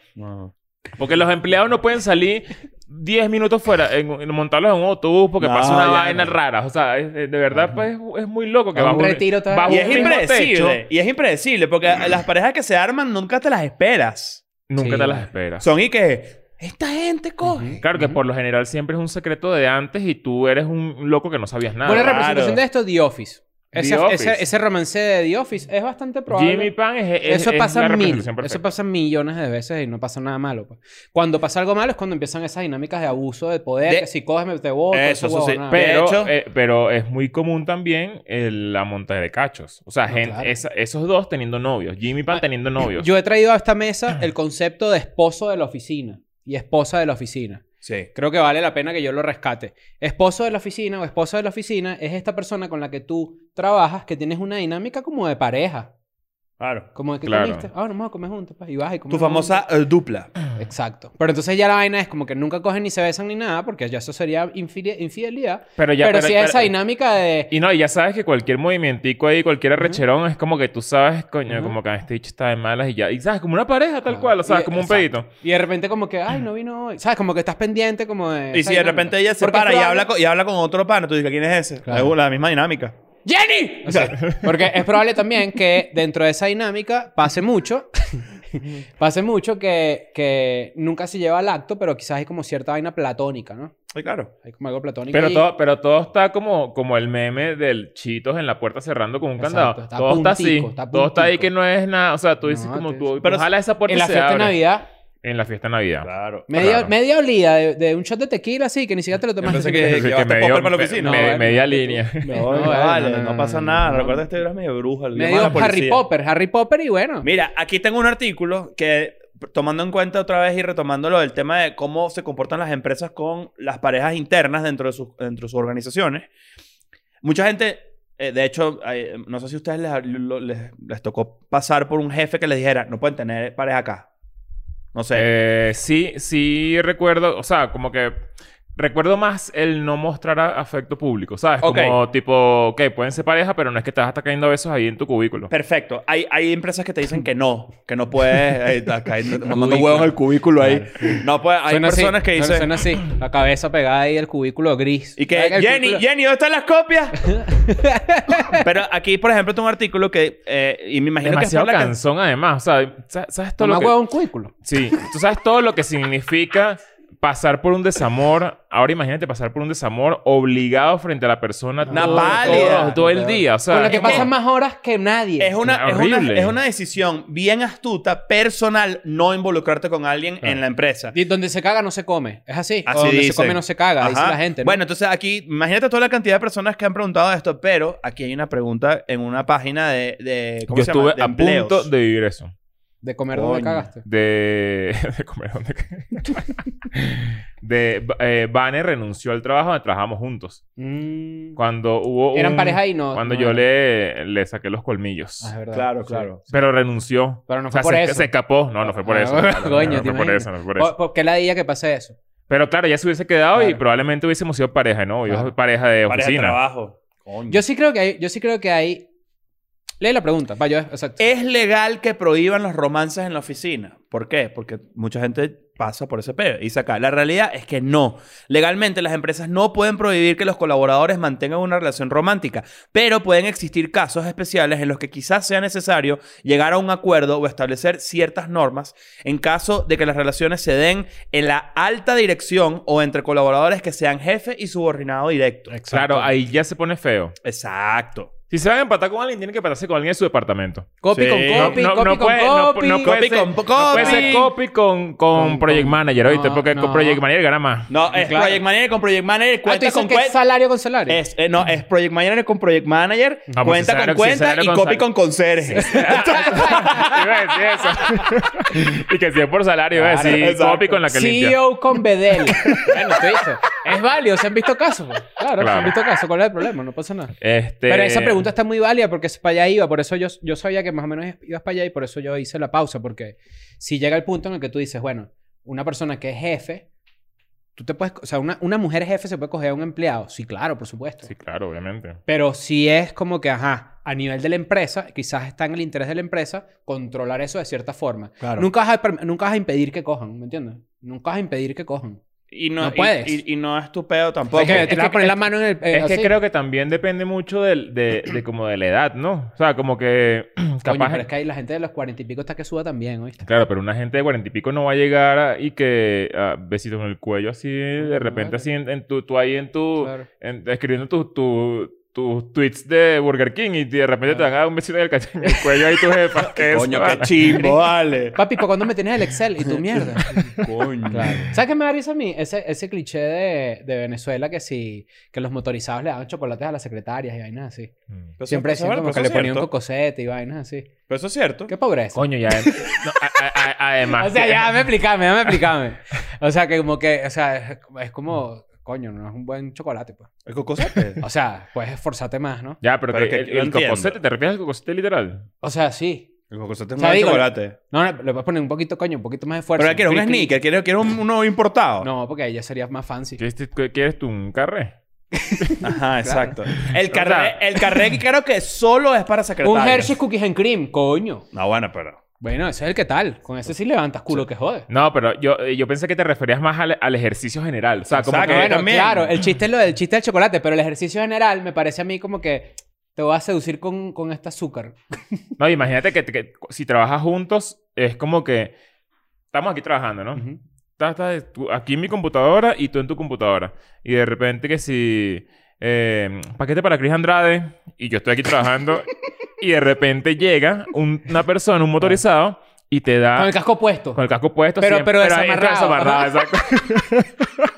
S3: Porque los empleados no pueden salir 10 minutos fuera, en, en- montarlos en un autobús porque
S4: No,
S3: pasa una
S4: ya
S3: vaina
S4: no.
S3: rara. O sea, es- es- de verdad pues, es, es muy loco que
S5: Un
S3: va a un-
S5: retiro tal.
S3: va a
S4: Y
S3: un
S4: es
S3: mismo
S4: impredecible.
S3: techo.
S4: Y es impredecible porque las parejas que se arman nunca te las esperas.
S3: Nunca
S5: Sí,
S3: te
S5: vale.
S3: las esperas.
S4: Son y que esta gente coge.
S3: Claro que por lo general siempre es un secreto de antes y tú eres un loco que no sabías nada.
S5: Buena
S4: Claro.
S5: representación de esto, The Office.
S3: The
S5: Ese,
S3: Office.
S5: ese- ese romance de The Office es bastante probable.
S3: Jimmy Pan es, es-
S5: eso
S3: es
S5: pasa
S3: la
S5: mil,
S3: representación perfecta.
S5: eso pasa millones de veces y no pasa nada malo. pues. Cuando pasa algo malo es cuando empiezan esas dinámicas de abuso de poder,
S4: De-
S5: que si coges me te voto,
S4: Eso,
S5: eso,
S4: eso sí. Pe-
S3: Pero,
S5: Pero,
S4: hecho-
S3: eh, pero es muy común también el- la monta de cachos. O sea,
S5: No,
S3: gen-
S5: claro. Ah,
S3: esa- esos dos teniendo novios. Jimmy Pan teniendo novios.
S5: yo he traído a esta mesa el concepto de esposo de la oficina y esposa de la oficina.
S4: Sí.
S5: Creo que vale la pena que yo lo rescate. Esposo de la oficina o esposa de la oficina es esta persona con la que tú trabajas que tienes una dinámica como de pareja.
S4: Claro.
S5: Como de que
S3: Claro.
S5: comiste. Ah, no, vamos a comer juntos. Pues, y vas y comes
S4: Tu famosa eh, dupla.
S5: Exacto. Pero entonces ya la vaina es como que nunca cogen ni se besan ni nada, porque ya eso sería infide- infidelidad.
S3: Pero ya-
S5: pero,
S3: pero-
S5: si
S3: pero-
S5: es esa dinámica de...
S3: Y no, y ya sabes que cualquier movimentico ahí, cualquier arrecherón, es como que tú sabes, coño,
S5: Ujú.
S3: como que este bicho está de malas y ya. Y sabes, como una pareja tal
S5: Ah,
S3: cual, o sea,
S5: y-
S3: como un
S5: exacto.
S3: pedito.
S5: Y de repente como que, ay, no vino hoy. ¿Sabes? Como que estás pendiente como de...
S4: Y
S5: esa
S4: si de
S5: dinámica.
S4: repente ella se
S5: Porque es
S4: para y
S5: probable-
S4: habla, con, y habla con otro pana, tú dices, ¿quién es ese?
S5: Claro.
S4: Es la misma dinámica.
S5: ¡Jenny! O sea, porque es probable también que dentro de esa dinámica pase mucho... pase mucho que, que nunca se lleva al acto, pero quizás hay como cierta vaina platónica, ¿no?
S4: Sí, claro.
S5: Hay como algo platónico.
S3: Pero
S5: ahí.
S3: todo, pero todo está como, como el meme del Chitos en la puerta cerrando con un
S5: Exacto,
S3: candado.
S5: está
S3: todo está así.
S5: puntico, está
S3: todo está ahí
S5: puntico.
S3: que no es nada. O sea, tú dices
S5: No,
S3: como
S5: te-
S3: tú.
S4: Pero
S3: ojalá esa puerta
S5: En la
S3: se
S5: fiesta de
S3: abre.
S5: Navidad...
S3: En la fiesta de Navidad.
S4: Claro.
S5: Media,
S3: Claro.
S5: media olida de, de un shot de tequila así, que ni siquiera te lo tomas.
S4: Yo pensé
S5: ni siquiera-
S4: que- llevaste popper para la oficina.
S3: me-
S5: No, vale.
S3: media línea.
S4: No,
S5: No,
S4: no,
S5: vale,
S4: vale,
S5: no,
S4: no,
S5: no,
S4: pasa
S5: no,
S4: nada.
S5: no.
S4: Recuerda que este era medio bruja. le llaman
S5: Medio
S4: a la
S5: Harry
S4: policía.
S5: Popper, Harry Popper y bueno.
S4: Mira, aquí tengo un artículo que tomando en cuenta otra vez y retomando lo del tema de cómo se comportan las empresas con las parejas internas dentro de sus, dentro de sus organizaciones, mucha gente, eh, de hecho, eh, no sé si a ustedes les, lo- les, les tocó pasar por un jefe que les dijera, no pueden tener pareja acá. No sé.
S3: Eh, sí, sí recuerdo, o sea, como que recuerdo más el no mostrar a- afecto público, ¿sabes?
S4: Ok.
S3: Como tipo, ok, pueden ser pareja, pero no es que te vas a estar cayendo a besos ahí en tu cubículo.
S4: Perfecto. Hay, hay empresas que te dicen que no, que no puedes. eh,
S5: mandando huevo en el
S4: cubículo ahí. No puedes. Hay
S5: Suena así,
S4: personas que
S5: suena-
S4: dicen.
S5: Suena así. La cabeza pegada y el cubículo gris.
S4: Y que,
S5: Ay, el
S4: Jenny,
S5: cubículo-
S4: Jenny, ¿dónde están las copias? Pero aquí, por ejemplo, tengo un artículo que. eh, y me imagino
S3: Demasiado
S4: que. es por la can-
S3: cansón, además. O sea, sa- ¿sabes todo
S5: Mamá
S3: lo que...?
S5: huevo en cubículo.
S3: Sí. Tú sabes todo lo que significa pasar por un desamor. Ahora imagínate pasar por un desamor obligado frente a la persona
S4: Una
S3: todo,
S4: pálida.
S3: todo- todo el día. O sea,
S5: Con la que
S3: es como-
S5: pasan más horas que nadie.
S4: Es una, es,
S3: Horrible.
S4: una, es una decisión bien astuta, personal, no involucrarte con alguien
S3: Ah.
S4: en la empresa.
S5: Y donde se caga no se come. Es así.
S4: Así
S5: O donde
S4: dicen.
S5: se come no se caga, dice
S4: Ajá.
S5: la gente. ¿no?
S4: Bueno, entonces aquí, imagínate toda la cantidad de personas que han preguntado esto, pero aquí hay una pregunta en una página de. de- ¿Cómo
S3: Yo
S4: se llama?
S3: estuve
S4: De
S3: a
S4: empleos.
S3: punto de vivir eso.
S5: de comer
S4: coño.
S5: donde cagaste.
S3: De... de comer donde... de... eh, Vane renunció al trabajo donde trabajábamos juntos.
S5: Mm.
S3: Cuando hubo
S5: Eran
S3: un-
S5: pareja y no.
S3: Cuando
S5: no
S3: yo
S5: eran.
S3: le, le saqué los colmillos.
S5: Ah, es verdad.
S4: Claro,
S5: Sí.
S4: claro.
S3: Pero renunció.
S5: Pero no
S3: O
S5: fue
S3: sea,
S5: por
S3: se,
S5: eso.
S3: se escapó. No, no fue por
S5: Ah,
S3: eso.
S5: bueno,
S3: No, no,
S5: coño,
S3: no
S5: ¿te
S3: fue por
S5: imaginas?
S3: eso, no fue por eso.
S5: ¿Por, por qué la día que pase eso?
S3: Pero claro, ya se hubiese quedado y
S5: Claro.
S3: probablemente hubiésemos sido pareja, ¿no? Yo
S5: Claro.
S3: pareja de
S4: Pareja de
S3: oficina.
S4: trabajo. Coño.
S5: Yo sí creo que hay... Yo sí creo que hay... Lee la pregunta. Va, yo... Exacto.
S3: Eh,
S4: ¿Es legal que prohíban los romances en la oficina? ¿Por qué? Porque mucha gente pasa por ese pedo. Y acá, la realidad es que no. Legalmente las empresas no pueden prohibir que los colaboradores mantengan una relación romántica, pero pueden existir casos especiales en los que quizás sea necesario llegar a un acuerdo o establecer ciertas normas en caso de que las relaciones se den en la alta dirección o entre colaboradores que sean jefe y subordinado directo.
S3: Claro, ahí ya se pone feo.
S4: Exacto.
S3: Si se van a empatar con alguien, tienen que empatarse con alguien de su departamento.
S5: Copy
S4: Sí.
S5: con
S4: No,
S5: copy,
S3: no,
S5: copy
S3: no
S5: con
S3: puede, no,
S5: copy.
S3: no puede
S4: Copy
S3: ser,
S4: con
S3: no
S4: copy.
S3: puede ser copy con, con
S5: Con-
S3: Project
S5: con-
S3: Manager, ¿oíste?
S5: no,
S3: Porque con
S5: no.
S3: Project Manager gana más.
S4: No, es
S5: Claro.
S4: Project Manager con Project Manager,
S5: Ah, tú
S4: cuenta
S5: dices
S4: con
S5: que es
S4: cuenta.
S5: salario con salario.
S4: Es, eh, no, es Project Manager con Project Manager,
S3: Ah, pues,
S4: cuenta
S3: si salario-
S4: con
S3: si
S4: cuenta
S3: salario
S4: y
S3: con
S4: copy
S3: sal-
S4: con conserje.
S3: Iba a decir eso. y que si es por salario, iba a
S4: Claro,
S3: decir
S4: exacto.
S3: copy con la que limpia.
S5: CEO E con Bedel. bueno, tú dices. Es válido, se han visto casos. pues. Claro, se
S3: Claro.
S5: han visto casos. ¿Cuál es el problema? No pasa nada.
S3: Este...
S5: Pero esa pregunta está muy válida porque es para allá iba. Por eso yo, yo sabía que más o menos ibas para allá y por eso yo hice la pausa. Porque si llega el punto en el que tú dices, bueno, una persona que es jefe, tú te puedes. O sea, una, una mujer jefe se puede coger a un empleado. Sí, claro, por supuesto.
S3: Sí, claro, obviamente.
S5: Pero si es como que, ajá, a nivel de la empresa, quizás está en el interés de la empresa controlar eso de cierta forma.
S4: Claro.
S5: Nunca, vas a, perm- nunca vas a impedir que cojan, ¿me entiendes? Nunca vas a impedir que cojan.
S4: Y no,
S5: No
S4: y-
S5: puedes.
S4: Y, y no es tu pedo tampoco.
S5: Porque
S3: es
S5: te vas a
S3: que-
S5: poner la mano en el... eh,
S3: Es que
S5: así.
S3: creo que también depende mucho del- de, de, como de la edad, ¿no? O sea, como que
S5: Coño,
S3: capaz...
S5: pero es que ahí la gente de los cuarenta y pico está que suba también, ¿oíste?
S3: Claro, pero una gente de cuarenta y pico no va a llegar a- y que ah, besito en el cuello así, de repente
S5: claro.
S3: así, en, en tu, tú ahí en tu...
S5: Claro.
S3: en- escribiendo tus tu, tus tweets de Burger King y de repente te van a dar un besito en el, cach- en el cuello ahí tu jefa. ¿Qué es,
S4: Coño, qué
S3: vale?
S4: chimbo, vale.
S5: Papi, ¿para cuándo me tienes el Excel? Y tu mierda.
S4: Coño.
S5: Claro. ¿Sabes qué me da risa a mí? Ese, ese cliché de, de Venezuela que si... Que los motorizados le daban chocolates a las secretarias y vainas así.
S3: Mm.
S4: Pero
S5: Siempre
S4: eso-
S5: decían
S4: pero
S5: como
S4: eso
S5: que le
S4: es
S5: ponían
S4: cierto.
S5: cocosete y vainas así.
S4: Pero eso es cierto.
S5: Qué pobreza.
S3: Coño, ya... eh. no, a- a- a- además...
S5: O sea,
S3: que-
S5: ya me explícame, ya me explícame. O sea, que como que, o sea, es- es como, coño, no es un buen chocolate, pues.
S4: El cocosete.
S5: O sea, puedes esforzarte más, ¿no?
S3: Ya, pero,
S4: Pero
S3: que,
S4: que
S3: el,
S4: yo
S3: el
S4: entiendo.
S3: cocosete, ¿te refieres al cocosete literal?
S5: O sea, sí.
S4: El cocosete es
S5: O sea,
S4: un
S5: digo-
S4: chocolate.
S5: No, no, le puedes poner un poquito, coño, un poquito más de fuerza.
S4: Pero él quiere un
S5: clic, clic.
S4: sneaker, quiere, quiere un- uno importado.
S5: No, porque ahí ya sería más fancy.
S3: ¿Quieres, te- quieres tú un carré?
S4: Ajá, exacto. El
S3: O sea-
S4: carré, el carré creo que solo es para secretarios.
S5: Un Hershey's Cookies and Cream, coño.
S4: No, bueno, pero...
S5: Bueno, ese es el que tal. Con ese sí levantas culo que jode.
S3: No, pero yo, eh, yo pensé que te referías más al, al ejercicio general. O sea, como
S4: Exacto.
S3: que-
S5: bueno,
S4: también.
S5: claro, el chiste es lo del chiste del chocolate, pero el ejercicio general me parece a mí como que te voy a seducir con, con este azúcar.
S3: No, imagínate que, que si trabajas juntos, es como que estamos aquí trabajando, ¿no?
S5: Ujú.
S3: Estás- estás tú aquí en mi computadora y tú en tu computadora. Y de repente que si... eh, paquete para Cris Andrade y yo estoy aquí trabajando y de repente llega un- una persona, un motorizado y te da...
S5: Con el casco puesto.
S3: Ah. con el casco puesto
S5: Pero-
S3: siempre-
S5: pero
S3: ahí está desamarrado,
S5: desamarrado.
S3: exacto.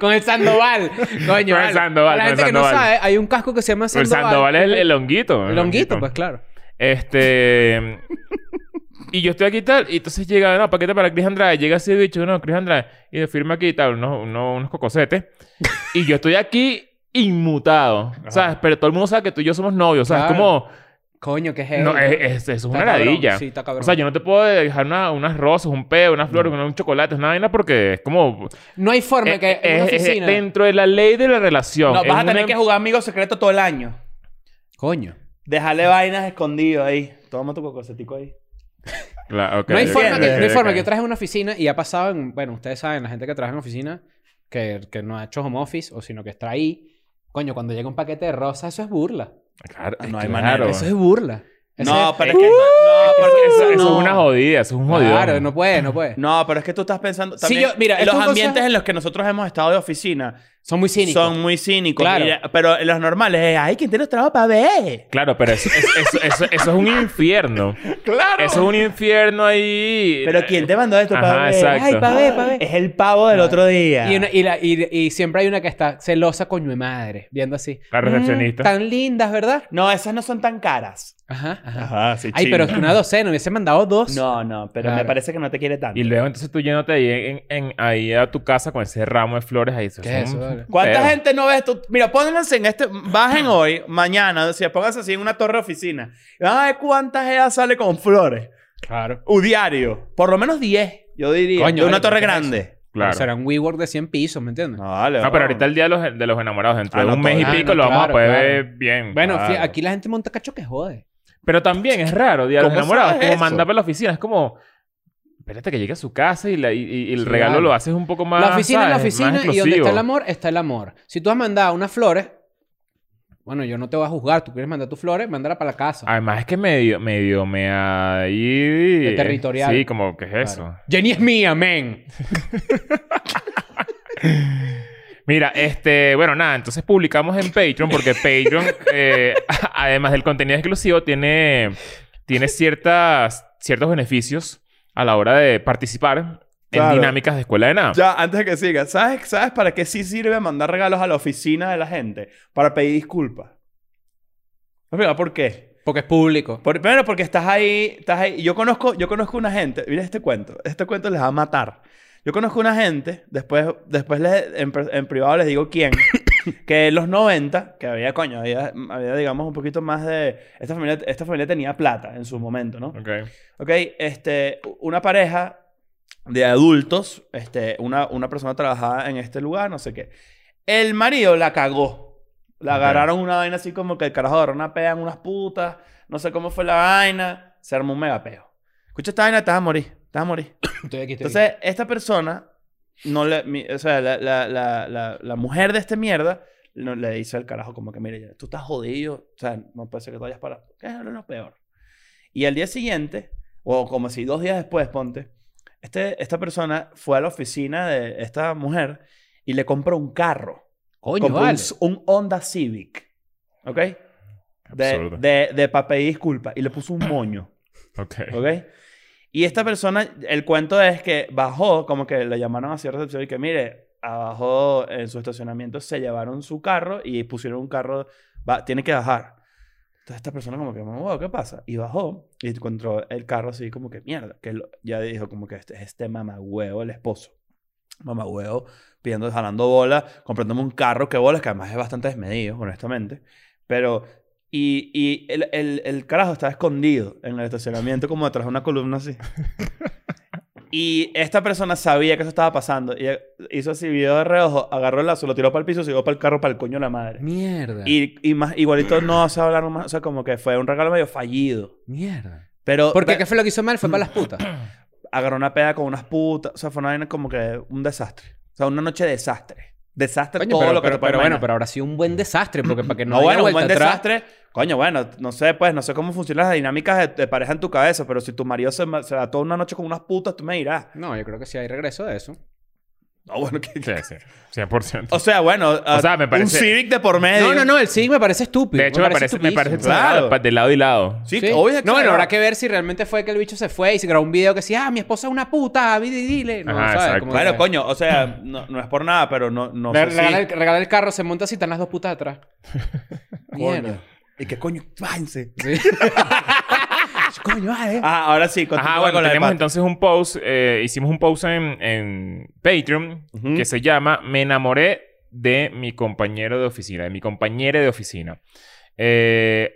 S5: Con el Sandoval. Coño,
S3: Con el
S5: vale.
S3: Sandoval,
S5: La
S3: con el
S5: gente que no
S3: Sandoval.
S5: sabe, hay un casco que se llama
S3: El
S5: Sandoval. pues.
S3: Sandoval es el, el honguito.
S5: El honguito, pues claro.
S3: Este. Y yo estoy aquí y tal, y entonces llega, no, paquete para Chris Andrade, llega ese bicho, no, Chris Andrade, y le firma aquí y tal, unos, unos, unos cocosetes. y yo estoy aquí inmutado, ¿sabes? Pero todo el mundo sabe que tú y yo somos novios, ¿sabes?
S5: Claro.
S3: Como,
S5: Coño, qué es
S3: no, es, es- eso es una ladilla.
S5: Sí, está cabrón.
S3: O sea, yo no te puedo dejar una- unas rosas, un peo, unas flores, una- un chocolate, una vaina porque es como...
S5: no hay forma
S3: eh,
S5: que en una
S3: eh, eh,
S5: oficina...
S3: dentro de la ley de la relación.
S4: No,
S3: Es
S4: vas a
S3: una-
S4: tener que jugar amigos secretos todo el año.
S5: Coño.
S4: Dejarle vainas escondidas ahí. Toma tu cocosetico ahí.
S3: Claro, ok,
S5: No hay
S3: ok,
S5: forma, que,
S3: ok,
S5: no hay
S3: ok.
S5: forma que yo traje en una oficina y ha pasado en, bueno, ustedes saben, la gente que trabaja en oficina, que, que no ha hecho home office o sino que está ahí, coño, cuando llega un paquete de rosas, eso es burla.
S3: Claro,
S4: No hay
S3: claro.
S4: manera.
S5: Eso es burla. Eso es-
S4: No,
S5: eh,
S4: pero es que. No, pero es que
S3: Eso, eso
S4: no.
S3: es una jodida, eso es un jodido.
S5: Claro, no puede, no puede.
S4: No, pero es que tú estás pensando.
S5: Sí,
S4: También,
S5: yo- mira,
S4: los
S5: estas cosas-
S4: ambientes en los que nosotros hemos estado de oficina
S5: Son muy cínicos.
S4: son muy cínicos.
S5: Claro.
S4: y- pero en los normales es, ay, ¿quién tiene trabajo para ver?
S3: Claro, pero eso, eso- eso- eso- eso es un infierno.
S4: Claro.
S3: Eso es un infierno ahí.
S4: Pero ¿quién te mandó esto
S3: Ajá,
S4: para ver?
S3: exacto.
S4: Ay, para ver, para ver. Es el pavo del otro día.
S5: Y, una- y la- y- y siempre hay una que está celosa, coño de madre, viendo así.
S3: La recepcionista.
S5: "Mm, tan lindas, ¿verdad?
S4: No, esas no son tan caras.
S5: Ajá, ajá.
S4: Ajá, sí,
S5: Ay, pero es que una docena, hubiese mandado dos.
S4: Ah, No, no, pero me
S5: Claro.
S4: parece que no te quiere tanto.
S3: Y luego entonces tú yéndote ahí, en, en- ahí a tu casa con ese ramo de flores ahí.
S5: ¿Qué es eso, vale?
S4: ¿Cuánta
S3: Pero-
S4: gente no ve esto? Mira, pónganse en este, bajen hoy, mañana, o sea, pónganse así en una torre de oficina. Y van a ver cuántas ellas sale con flores.
S5: Claro.
S4: Un diario. Por lo menos 10, yo diría.
S5: Coño,
S4: de una
S5: vale,
S4: torre
S5: ¿qué es
S4: grande.
S3: Claro.
S5: Será un WeWork de 100 pisos, ¿me entiendes?
S4: No, vale.
S3: No, pero ahorita el día de los, de los enamorados, dentro
S4: Ah,
S3: de
S4: no,
S3: un mes y
S5: todavía.
S3: pico,
S5: Ah, no,
S3: lo vamos a
S5: claro,
S3: poder
S5: claro.
S3: ver bien.
S5: Bueno,
S3: Claro.
S5: fí- aquí la gente monta cacho que jode.
S3: Pero también es raro, Día de los
S4: ¿Cómo
S3: Enamorados.
S4: sabes
S3: Como
S4: eso?
S3: mandar para la oficina. Es como... Espérate que llegue a su casa y, la- y- y el
S5: Sí,
S3: regalo
S5: vale.
S3: lo haces un poco más,
S5: la oficina es
S3: ¿sabes?
S5: la
S3: Más
S5: oficina y donde
S3: exclusivo.
S5: está el amor, está el amor. Si tú has mandado unas flores, bueno, yo no te voy a juzgar. Tú quieres mandar tus flores, mándala para la casa.
S3: Además es que medio, medio me ahí...
S5: De territorial.
S3: Sí, como que es eso.
S5: Claro. Jenny es mía, men.
S3: Mira, este, bueno, nada, entonces publicamos en Patreon porque Patreon, eh, además del contenido exclusivo, tiene, tiene ciertas, ciertos beneficios a la hora de participar en
S4: Claro.
S3: dinámicas de escuela de nada.
S4: Ya, antes de que siga, ¿sabes, ¿sabes para qué sí sirve mandar regalos a la oficina de la gente? Para pedir disculpas. No, mira, ¿por qué?
S5: Porque es público.
S4: Por- primero porque estás ahí, estás ahí. Yo conozco, yo conozco una gente, mira este cuento, este cuento les va a matar. Yo conozco una gente, después, después les- en, per- en privado les digo quién, que en los 90, que había, coño, había, había, digamos, un poquito más de... Esta familia, esta familia tenía plata en su momento, ¿no?
S3: Ok.
S4: Ok, este, una pareja de adultos, este, una, una persona trabajaba en este lugar, no sé qué. El marido la cagó. La
S3: Ok.
S4: agarraron una vaina así como que el carajo agarró una pea en unas putas, no sé cómo fue la vaina, se armó un megapeo. Escucha esta vaina, te vas a morir, te vas a morir.
S5: Estoy aquí, estoy
S4: Entonces, esta persona, no le, mi- o sea, la, la, la, la, la mujer de este mierda, no, le dice al carajo como que, mire, ya, tú estás jodido, o sea, no puede ser que te vayas para... ¿Qué es lo peor? Y al día siguiente, o como si dos días después, ponte, este, esta persona fue a la oficina de esta mujer y le compró un carro.
S5: aquí. Coño,
S4: compró un
S5: vale.
S4: s- un, Honda Civic, ¿ok? De,
S3: Absurdo.
S4: de, de papel y disculpa. Y le puso un moño.
S3: Ok.
S4: ¿Ok? Y esta persona, el cuento es que bajó, como que le llamaron a cierta recepción y que, mire, abajo en su estacionamiento se llevaron su carro y pusieron un carro, va, tiene que bajar. Entonces esta persona como que, wow, ¿qué pasa? Y bajó y encontró el carro así como que, mierda, que lo- ya dijo como que este es este mamagüeo el esposo. Mamagüeo pidiendo, jalando bola, comprándome un carro que bolas, que además es bastante desmedido, honestamente. Pero y, y el, el, el carajo estaba escondido en el estacionamiento, como detrás de una columna así. Y esta persona sabía que eso estaba pasando. Y hizo así, video de reojo, agarró el lazo, lo tiró para el piso, se llevó para el carro, para el coño de la madre.
S5: Mierda.
S4: Y, y más, igualito no se hablaron más. O sea, como que fue un regalo medio fallido.
S5: Mierda.
S4: Pero
S5: Porque
S4: pe-
S5: ¿qué fue lo que hizo mal? Fue para las putas.
S4: agarró una peda con unas putas. O sea, fue una vaina como que un desastre. O sea, una noche de desastre. Desastre
S5: Coño,
S4: todo
S5: pero,
S4: lo que
S5: pero-
S4: te puedes
S5: pero bueno,
S4: imaginar.
S5: pero habrá sido un buen desastre. Porque para que no,
S4: No,
S5: haya
S4: bueno, un
S5: vuelta
S4: buen
S5: atrás-
S4: desastre. Coño, bueno, no sé, pues, no sé cómo funcionan las dinámicas de, de pareja en tu cabeza, pero si tu marido se, ma- se da toda una noche con unas putas, tú me dirás.
S5: No, yo creo que sí hay regreso de eso.
S4: No, bueno, que-
S3: Sí, sí. 100%.
S4: O sea, bueno, ah,
S3: sea, me parece-
S4: un Civic de por medio.
S5: No, no, no. El sí me parece estúpido.
S3: de hecho, me parece, me parece
S5: estupidísimo.
S3: exagerado,
S4: Claro.
S3: pa- de lado y lado.
S4: Sí,
S5: Sí.
S4: obvio.
S5: No, bueno,
S4: claro.
S5: habrá que ver si realmente fue que el bicho se fue y se grabó un video que decía, ah, mi esposa es una puta, vi- di- dile. No,
S3: Ajá,
S5: ¿sabes?
S3: exacto.
S5: Como
S4: Bueno,
S5: que-
S4: coño, o sea, no, no es por nada, pero no, no
S5: Le-
S4: sé si-
S5: regala, el, regala el carro, se monta así, están las dos putas atrás.
S4: Coño.
S5: Mierda.
S4: Y que coño, váyanse.
S5: Sí. Coño, vale.
S4: Ah, ahora sí, continúa
S3: Ajá, bueno,
S4: con la de
S3: tenemos
S4: Pat.
S3: entonces un post, eh, hicimos un post en, en Patreon
S4: Ujú.
S3: que se llama Me enamoré de mi compañero de oficina, de mi compañera de oficina. Eh,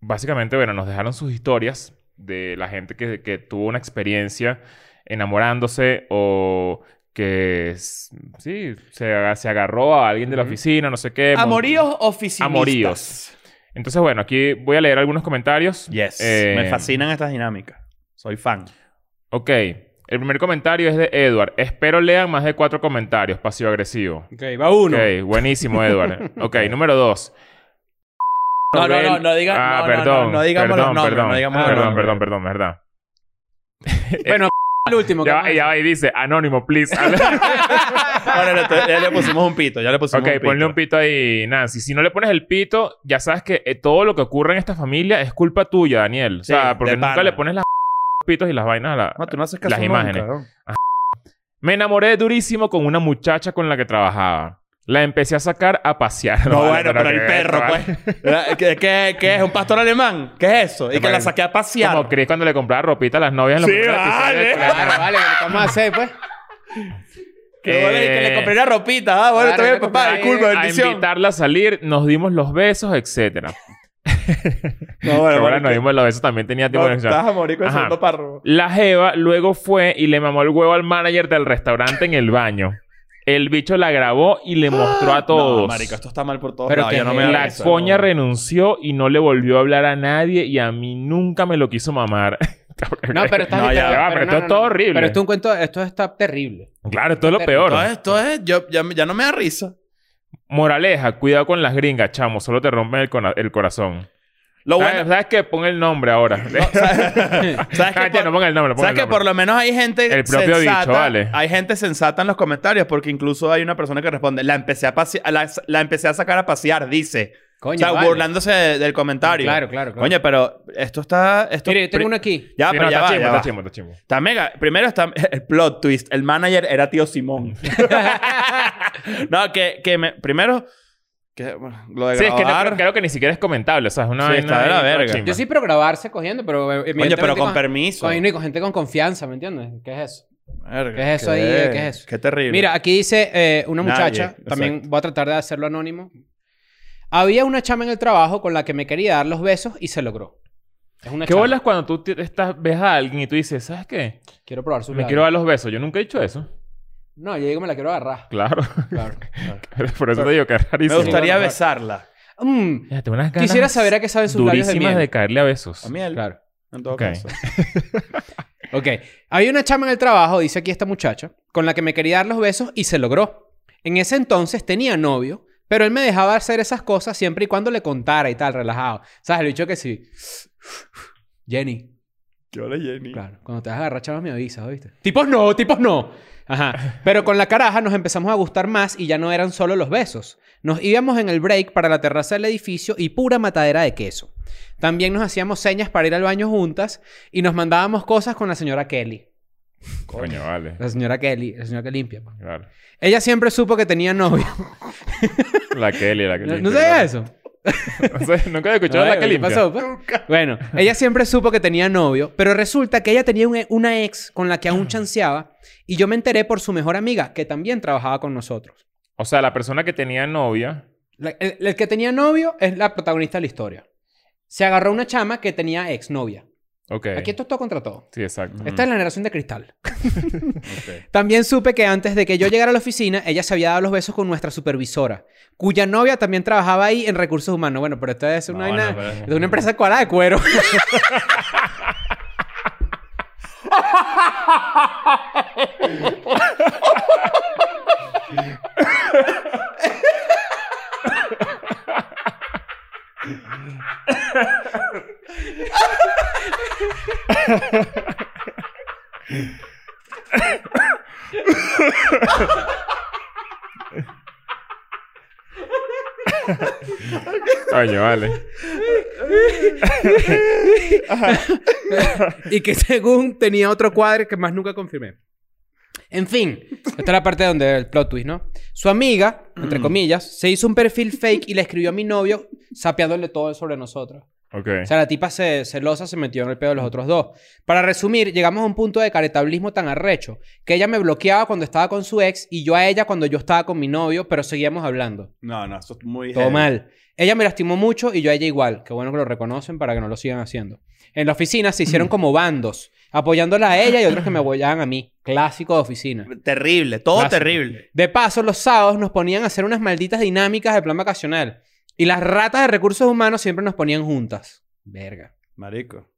S3: básicamente, bueno, nos dejaron sus historias de la gente que, que tuvo una experiencia enamorándose o que s- sí, se, aga- se agarró a alguien de la
S4: Ujú.
S3: oficina, no sé qué.
S4: Amoríos oficinistas.
S3: Amoríos. Entonces, bueno, aquí voy a leer algunos comentarios.
S4: Yes.
S3: Eh,
S4: Me fascinan estas dinámicas. Soy fan.
S3: Ok. El primer comentario es de Edward. Espero lean más de cuatro comentarios. Pasivo agresivo.
S5: Ok, va uno.
S3: Ok, buenísimo, Edward. Ok, número dos.
S4: No, no, no, no diga-
S3: Ah,
S4: no, no, no,
S3: perdón.
S4: no digamos los
S3: perdón,
S4: nombres,
S3: Perdón,
S4: no digamos
S5: los
S3: perdón,
S4: nombres.
S3: perdón, perdón, verdad.
S5: Bueno, el último.
S3: Ya,
S5: ¿qué
S3: va-
S5: más?
S3: ya va y dice, anónimo, please.
S4: Ahora le- ya le pusimos un pito, ya le pusimos
S3: ok,
S4: un pito.
S3: ponle un pito ahí, Nancy. Si no le pones el pito, ya sabes que eh, todo lo que ocurre en esta familia es culpa tuya, Daniel. O
S4: Sí,
S3: sea, porque
S4: de
S3: nunca
S4: pana.
S3: le pones las pitos y las vainas a la...
S4: No, Ah, tú no haces caso
S3: Las
S4: nunca,
S3: imágenes.
S4: weón.
S3: Me enamoré durísimo con una muchacha con la que trabajaba. La empecé a sacar a pasear.
S4: No,
S3: Vale,
S4: bueno, pero el
S3: que-
S4: perro, pues. ¿Qué, qué, qué es? ¿Un pastor alemán? ¿Qué es eso? Y que la saqué a pasear.
S3: Como Chris cuando le compraba ropita a las novias en los
S4: Sí,
S3: primeros
S4: vale.
S3: episodios de Claro.
S5: Claro, vale, ¿qué más hacer, pues?
S4: Que, bueno, y que le
S3: Eh,
S4: compré una ropita. Ah, bueno,
S5: Claro,
S4: está bien,
S5: le
S4: papá.
S5: compré-
S3: A
S4: Disculpa, bendición.
S3: invitarla a salir, nos dimos los besos, etcétera.
S4: No,
S3: Pero bueno,
S4: porque-
S3: nos dimos los besos, también tenía tiempo
S4: no,
S3: de conexión.
S4: estás a morir con el
S3: Ajá.
S4: segundo párrafo.
S3: La Jeva luego fue y le mamó el huevo al manager del restaurante en el baño. El bicho la grabó y le mostró a todos.
S4: No, marico, esto está mal por todos
S5: Pero
S4: lados.
S5: que
S4: Yo no
S5: es
S4: me
S5: la
S4: hagas
S3: La
S4: eso,
S3: coña
S4: no.
S3: renunció y no le volvió a hablar a nadie y a mí nunca me lo quiso mamar.
S5: No, pero estás...
S4: No, ya
S3: va, pero esto
S5: no,
S3: es
S5: no,
S3: todo
S5: no.
S3: horrible.
S5: Pero esto es un cuento... Esto está terrible.
S3: Claro, esto es lo peor.
S4: Todo esto es... Yo, ya, ya no me da risa.
S3: Moraleja, cuidado con las gringas, chamo. Solo te rompen el, cona- el corazón.
S4: Lo
S3: ¿Sabes,
S4: bueno...
S3: sabes qué? Pon el nombre ahora.
S4: ¿Sabes
S3: Ah,
S4: qué?
S3: tío, no ponga el nombre, ponga
S4: ¿Sabes
S3: el
S4: que
S3: nombre.
S4: por lo menos hay gente
S3: El propio
S4: sensata?
S3: bicho, vale.
S4: Hay gente sensata en los comentarios porque incluso hay una persona que responde, la empecé a pasear, la, la empecé a sacar a pasear, dice.
S5: Coño,
S4: o sea,
S5: vale.
S4: burlándose de- del comentario.
S5: Claro, claro, claro.
S4: Coño, pero esto está esto
S5: Mire, yo tengo
S4: pri-
S5: uno aquí.
S4: Ya,
S3: Sí,
S4: pero
S3: no,
S4: ya
S3: está
S4: va,
S3: chimbo,
S4: ya
S3: está
S4: va.
S3: chimbo, está chimbo.
S4: Está mega. Primero está el plot twist. El manager era tío Simón. no, que, que me, primero que, bueno, lo de
S3: Sí, es que no-
S4: grabar.
S3: creo que ni siquiera es comentable. O sea, es una
S4: Sí,
S3: vaina
S4: está de la
S3: ahí,
S4: verga.
S3: una chimba.
S5: Yo sí, pero grabarse cogiendo, pero... eh,
S4: Coño, pero
S5: evidentemente
S4: con permiso.
S5: Coño, y con gente con confianza, ¿me entiendes? ¿Qué es eso?
S4: Verga,
S5: ¿Qué es eso ahí? ¿Qué es eso?
S4: Qué terrible.
S5: Mira, aquí dice eh, una
S4: Nadie,
S5: muchacha,
S4: exacto.
S5: también voy a tratar de hacerlo anónimo. Había una chama en el trabajo con la que me quería dar los besos y se logró. Es una
S3: ¿Qué
S5: chama.
S3: bolas cuando tú te- estás, ves a alguien y tú dices, ¿sabes qué?
S5: Quiero probar su
S3: Me quiero dar los besos. Yo nunca he dicho eso.
S5: No, yo digo me la quiero agarrar.
S3: Claro.
S5: Claro.
S3: por eso te digo que es
S4: me
S3: rarísimo.
S4: gustaría
S5: Sí, bueno,
S4: besarla.
S5: Mm,
S3: Ya, tengo unas ganas
S5: quisiera saber a qué saben sus labios de
S3: durísimas
S5: miel.
S3: de caerle a besos.
S4: A mí él.
S5: Claro.
S4: En todo
S3: Ok.
S4: caso.
S5: Ok. Había una chama en el trabajo, dice aquí esta muchacha, con la que me quería dar los besos y se logró. En ese entonces tenía novio, pero él me dejaba hacer esas cosas siempre y cuando le contara y tal, relajado. ¿Sabes? El bicho que sí. Jenny,
S4: Yo le Jenny.
S5: Claro, cuando te vas a agarrar, chavas, me avisas, ¿oíste? Tipos no, tipos no. Ajá. Pero con la caraja nos empezamos a gustar más y ya no eran solo los besos. Nos íbamos en el break para la terraza del edificio y pura matadera de queso. También nos hacíamos señas para ir al baño juntas y nos mandábamos cosas con la señora Kelly.
S3: Coño, vale.
S5: La señora Kelly, la señora que limpia. pues.
S3: Claro.
S5: Ella siempre supo que tenía novio.
S3: La Kelly, la que
S5: ¿No,
S3: limpia,
S5: ¿no sabías
S3: claro.
S5: eso?
S3: No sé, nunca he escuchado
S5: No,
S3: la
S5: eh,
S3: que
S5: ¿qué
S3: limpia.
S5: pasó, pues? Bueno, ella siempre supo que tenía novio, pero resulta que ella tenía un e- una ex con la que aún chanceaba y yo me enteré por su mejor amiga, que también trabajaba con nosotros.
S3: O sea, la persona que tenía novia.
S5: La- el, el que tenía novio es la protagonista de la historia. Se agarró una chama que tenía ex novia.
S3: Ok.
S5: Aquí esto es todo contra todo.
S3: Sí, exacto.
S5: Esta es la generación de cristal.
S4: Ok.
S5: También supe que antes de que yo llegara a la oficina, ella se había dado los besos con nuestra supervisora, cuya novia también trabajaba ahí en recursos humanos. Bueno, pero esta es una,
S4: No,
S5: vaina-
S4: no, pero-
S5: de una empresa cuadrada de cuero.
S3: Coño, vale.
S5: y que según tenía otro cuadro que más nunca confirmé. En fin, esta es la parte donde el plot twist, ¿no? Su
S4: Mm.
S5: amiga, entre comillas, se hizo un perfil fake y le escribió a mi novio sapeándole todo sobre nosotros.
S3: Ok.
S5: O sea, la tipa se, celosa se metió en el pedo de los otros dos. Para resumir, llegamos a un punto de caretablismo tan arrecho que ella me bloqueaba cuando estaba con su ex y yo a ella cuando yo estaba con mi novio, pero seguíamos hablando.
S4: No, no, eso es muy.
S5: Todo
S4: heavy.
S5: mal. Ella me lastimó mucho y yo a ella igual. Qué bueno que lo reconocen para que no lo sigan haciendo. En la oficina se hicieron como bandos, apoyándola a ella y otros que me apoyaban a mí. Clásico de oficina.
S4: Terrible, todo
S5: Clásico.
S4: terrible.
S5: De paso, los sábados nos ponían a hacer unas malditas dinámicas de plan vacacional. Y las ratas de recursos humanos siempre nos ponían juntas. Verga.
S4: Marico.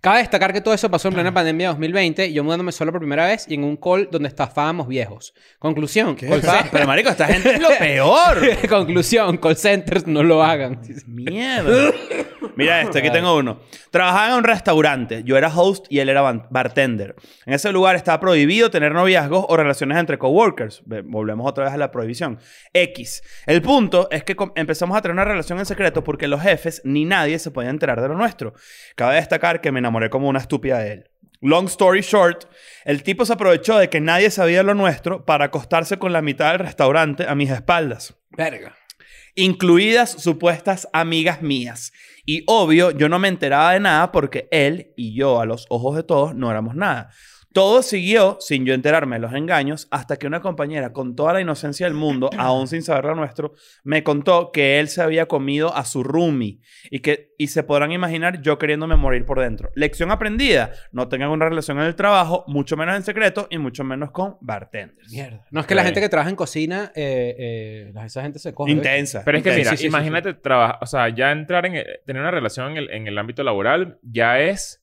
S5: Cabe destacar que todo eso pasó en plena pandemia de 2020, yo mudándome solo por primera vez y en un call donde estafábamos viejos. Conclusión.
S4: O
S5: call
S4: sea, pero marico, esta gente es lo peor.
S5: cen- Conclusión, call centers no lo hagan.
S4: Mierda. Mira esto, aquí tengo uno. Trabajaba en un restaurante. Yo era host y él era ban- bartender. En ese lugar estaba prohibido tener noviazgos o relaciones entre coworkers. Ve- Volvemos otra vez a la prohibición. X. El punto es que com- empezamos a tener una relación en secreto porque los jefes ni nadie se podía enterar de lo nuestro. Cabe destacar que me enamoré como una estúpida de él. Long story short, el tipo se aprovechó de que nadie sabía lo nuestro para acostarse con la mitad del restaurante a mis espaldas
S5: Verga.
S4: incluidas supuestas amigas mías. Y obvio, yo no me enteraba de nada porque él y yo, a los ojos de todos, no éramos nada. Todo siguió sin yo enterarme de los engaños hasta que una compañera con toda la inocencia del mundo, aún sin saber lo nuestro, me contó que él se había comido a su roomie y que y se podrán imaginar yo queriéndome morir por dentro. Lección aprendida, no tengan una relación en el trabajo, mucho menos en secreto y mucho menos con bartenders.
S5: Mierda. No es que la
S3: Ok.
S5: gente que trabaja en cocina, eh, eh, la- esa gente se coge.
S4: Intensa.
S3: Pero es que
S4: intensa.
S3: mira,
S5: sí, sí,
S3: imagínate trabajar, o sea, ya entrar en, el- tener una relación en el, en el ámbito laboral ya es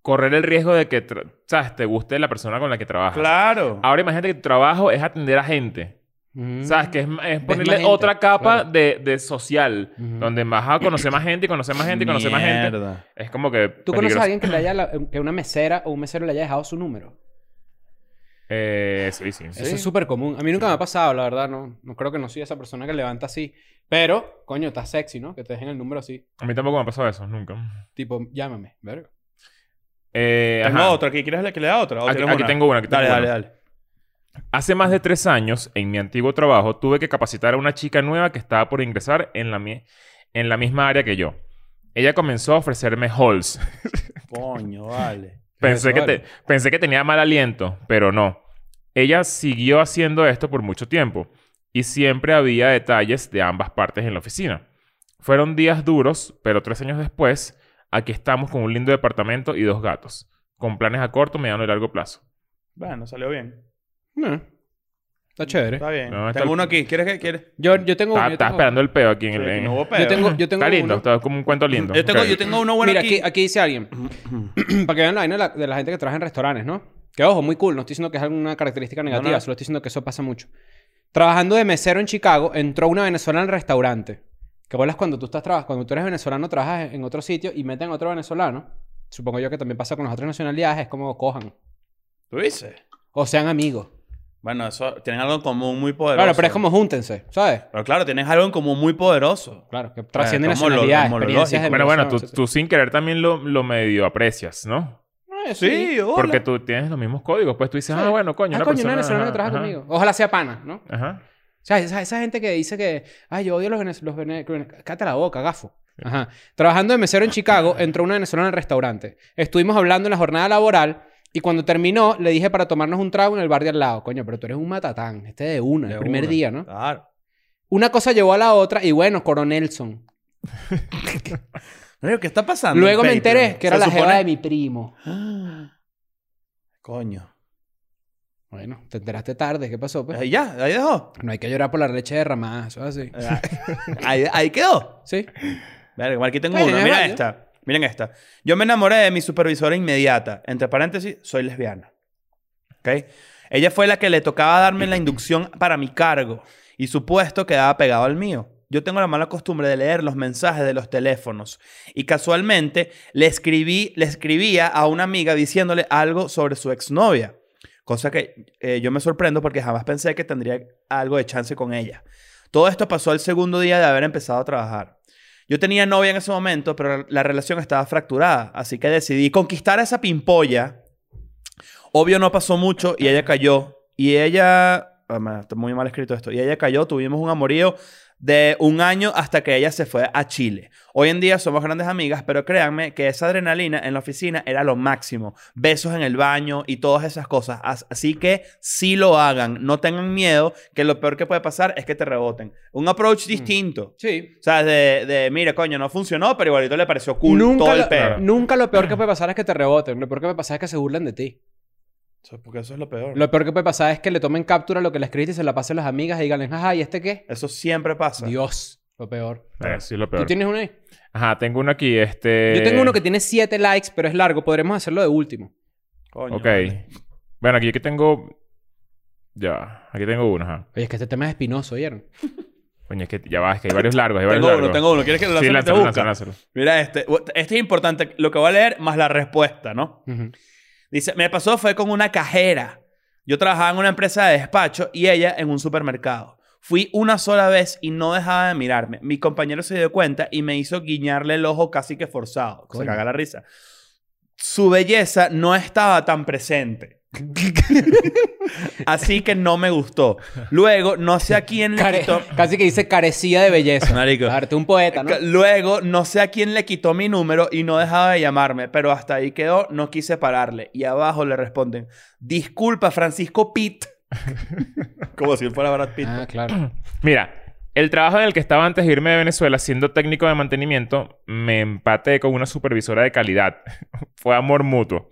S3: correr el riesgo de que, tra- sabes, te guste la persona con la que trabajas.
S4: Claro.
S3: Ahora imagínate que tu trabajo es atender a gente.
S5: Mm. ¿ves?
S3: ¿Sabes? Que es, es ponerle
S5: más gente,
S3: otra capa
S5: claro. Mm.
S3: de, de social,
S5: Ujú.
S3: donde vas a conocer más gente y conocer más gente y conocer más gente.
S4: Mierda.
S3: Es como que.
S5: ¿Tú conoces
S3: peligroso.
S5: a alguien que, le haya la- que una mesera o un mesero le haya dejado su número?
S3: Eh, sí, sí.
S5: Eso es súper común. A mí nunca me ha pasado, la verdad. No, no creo que no soy esa persona que levanta así. Pero, coño, está sexy, ¿no? Que te dejen el número así.
S3: A mí tampoco me ha pasado eso, nunca.
S5: Tipo, llámame. Verga.
S3: Eh,
S4: Tengo
S3: ajá.
S4: otra. aquí. ¿Quieres la que le da otra? ¿O
S3: Aquí,
S4: tienes
S3: aquí
S4: una?
S3: tengo una. Aquí tengo
S4: Dale,
S3: una.
S4: dale, dale.
S3: Hace más de tres años, en mi antiguo trabajo, tuve que capacitar a una chica nueva que estaba por ingresar en la, mi- en la misma área que yo. Ella comenzó a ofrecerme halls.
S4: Coño, vale.
S3: pensé, que
S5: Eso
S3: te-
S5: vale.
S3: pensé que tenía mal aliento, pero no. Ella siguió haciendo esto por mucho tiempo y siempre había detalles de ambas partes en la oficina. Fueron días duros, pero tres años después, aquí estamos con un lindo departamento y dos gatos, con planes a corto, mediano y largo plazo.
S4: Bueno, salió bien.
S5: No.
S3: Eh.
S5: Está chévere.
S4: Está bien.
S3: No, está
S4: tengo
S3: el-
S4: uno aquí. ¿Quieres que quieres?
S5: Yo, yo tengo
S3: Estaba
S5: yo
S3: estaba
S5: tengo-
S3: esperando el peo aquí en el...
S4: Sí,
S3: en-
S4: no hubo
S5: Yo
S4: pedo.
S5: tengo, yo tengo
S3: está lindo,
S5: uno.
S3: está como un cuento lindo.
S4: Yo tengo,
S3: Ok.
S4: yo tengo uno bueno
S5: Mira, aquí,
S4: aquí.
S5: aquí dice alguien. Para que vean la vaina de la, de la gente que trabaja en restaurantes, ¿no? Que ojo, muy cool. No estoy diciendo que es alguna característica negativa,
S4: no.
S5: solo estoy diciendo que eso pasa mucho. Trabajando de mesero en Chicago, entró una venezolana al restaurante. Que bolas cuando tú estás trabajando, cuando tú eres venezolano, trabajas en otro sitio y meten a otro venezolano. Supongo yo que también pasa con las otras nacionalidades, es como cojan.
S4: ¿Tú dices?
S5: O sean amigos.
S4: Bueno, eso tienen algo en común muy poderoso.
S5: Claro, pero es como júntense, ¿sabes?
S4: Pero claro, tienes algo en común muy poderoso.
S5: Claro,
S3: Eh,
S5: que trasciende
S4: como lo-
S5: nacionalidades,
S4: como lo
S5: experiencias de
S3: Bueno,
S4: lógico.
S3: bueno, tú,
S5: migración,
S3: tú sin querer también lo, lo medio aprecias, ¿no?
S5: etcétera. Eh,
S4: Sí, hola.
S3: Porque tú tienes los mismos códigos. Pues tú dices,
S5: Sí.
S3: ah, bueno, coño,
S5: Ah,
S3: una
S5: coño,
S3: persona...
S5: una venezolana que
S3: ajá,
S5: trabaja
S3: ajá,
S5: conmigo. Ojalá sea pana, ¿no?
S3: Ajá.
S5: O sea, esa, esa gente que dice que, ay, yo odio los venezolanos. Cállate la boca, gafo. Ajá. Trabajando de mesero en Chicago, entró una venezolana al restaurante. Estuvimos hablando en la jornada laboral y cuando terminó, le dije para tomarnos un trago en el bar de al lado. Coño, pero tú eres un matatán. Este de una,
S4: De
S5: el primer
S4: una.
S5: día, ¿no?
S4: Claro.
S5: Una cosa llevó a la otra y bueno, Coronelson.
S4: Mira, ¿qué está pasando?
S5: Luego
S4: en
S5: me
S4: Patreon?
S5: enteré que era
S4: Se
S5: la
S4: supone-
S5: jeva de mi primo.
S4: Ah. Coño.
S5: Bueno, te enteraste tarde. ¿Qué pasó, pues?
S4: Ahí ya, ahí dejó.
S5: No hay que llorar por la leche derramada. Eso es así.
S4: Eh, ahí, ahí quedó.
S5: Sí.
S4: Verga, bueno, aquí tengo
S5: Bueno,
S4: una.
S5: es
S4: Mira
S5: válido.
S4: esta. Miren esta. Yo me enamoré de mi supervisora inmediata. Entre paréntesis, soy lesbiana. ¿Ok? Ella fue la que le tocaba darme la inducción para mi cargo y su puesto quedaba pegado al mío. Yo tengo la mala costumbre de leer los mensajes de los teléfonos y casualmente le escribí, le escribía a una amiga diciéndole algo sobre su exnovia, cosa que eh, yo me sorprendo porque jamás pensé que tendría algo de chance con ella. Todo esto pasó el segundo día de haber empezado a trabajar. Yo tenía novia en ese momento, pero la relación estaba fracturada, así que decidí conquistar a esa pimpolla. Obvio no pasó mucho y ella cayó. Y ella ah, man, está muy mal escrito esto. Y ella cayó, tuvimos un amorío de un año hasta que ella se fue a Chile. Hoy en día somos grandes amigas, pero créanme que esa adrenalina en la oficina era lo máximo. Besos en el baño y todas esas cosas. As- Así que sí lo hagan. No tengan miedo, que lo peor que puede pasar es que te reboten. Un approach distinto.
S5: Sí.
S4: O sea, de, de, mira, coño, no funcionó, pero igualito le pareció cool
S5: nunca,
S4: todo el
S5: lo,
S4: pedo.
S5: nunca lo peor que puede pasar es que te reboten. Lo peor que puede pasar es que se burlen de ti.
S4: Eso es Porque eso es lo peor.
S5: Lo peor que puede pasar es que le tomen captura a lo que le escribiste y se la pasen a las amigas y digan, ajá, ¿y este qué?
S4: Eso siempre pasa.
S5: Dios, lo peor.
S3: Verga, sí es lo
S5: ¿Tú
S3: peor.
S5: tienes uno ahí?
S3: Ajá, tengo uno aquí. Este...
S5: Yo tengo uno que tiene 7 likes, pero es largo. Podremos hacerlo de último.
S4: Coño,
S3: Ok.
S4: vale.
S3: Bueno, aquí que tengo... Ya, aquí tengo uno, ajá.
S5: Oye, es que este tema es espinoso, ¿oyeron?
S3: Coño, es que ya va, es que hay varios largos, hay varios
S4: Tengo uno,
S3: largos.
S4: tengo uno. ¿Quieres que lo
S3: Sí,
S4: lance?
S3: lánzalo, lánzalo, lánzalo.
S4: Mira este. Este es importante. Lo que voy a leer más la respuesta, ¿no?
S5: Ujú.
S4: Dice, me pasó fue con una cajera. Yo trabajaba en una empresa de despacho y ella en un supermercado. Fui una sola vez y no dejaba de mirarme. Mi compañero se dio cuenta y me hizo guiñarle el ojo casi que forzado.
S5: Coño.
S4: Se caga la risa. Su belleza no estaba tan presente. Así que no me gustó. Luego, no sé a quién le
S5: Care-
S4: quitó...
S5: Casi que dice carecía de belleza.
S4: Marico.
S5: Arte un poeta, ¿no?
S4: Que Luego, no sé a quién le quitó mi número y no dejaba de llamarme, pero hasta ahí quedó, no quise pararle. Y abajo le responden, disculpa, Francisco Pitt. Como si él fuera Brad Pitt.
S5: Ah, claro.
S3: Mira, el trabajo en el que estaba antes de irme de Venezuela siendo técnico de mantenimiento, me empaté con una supervisora de calidad. Fue amor mutuo.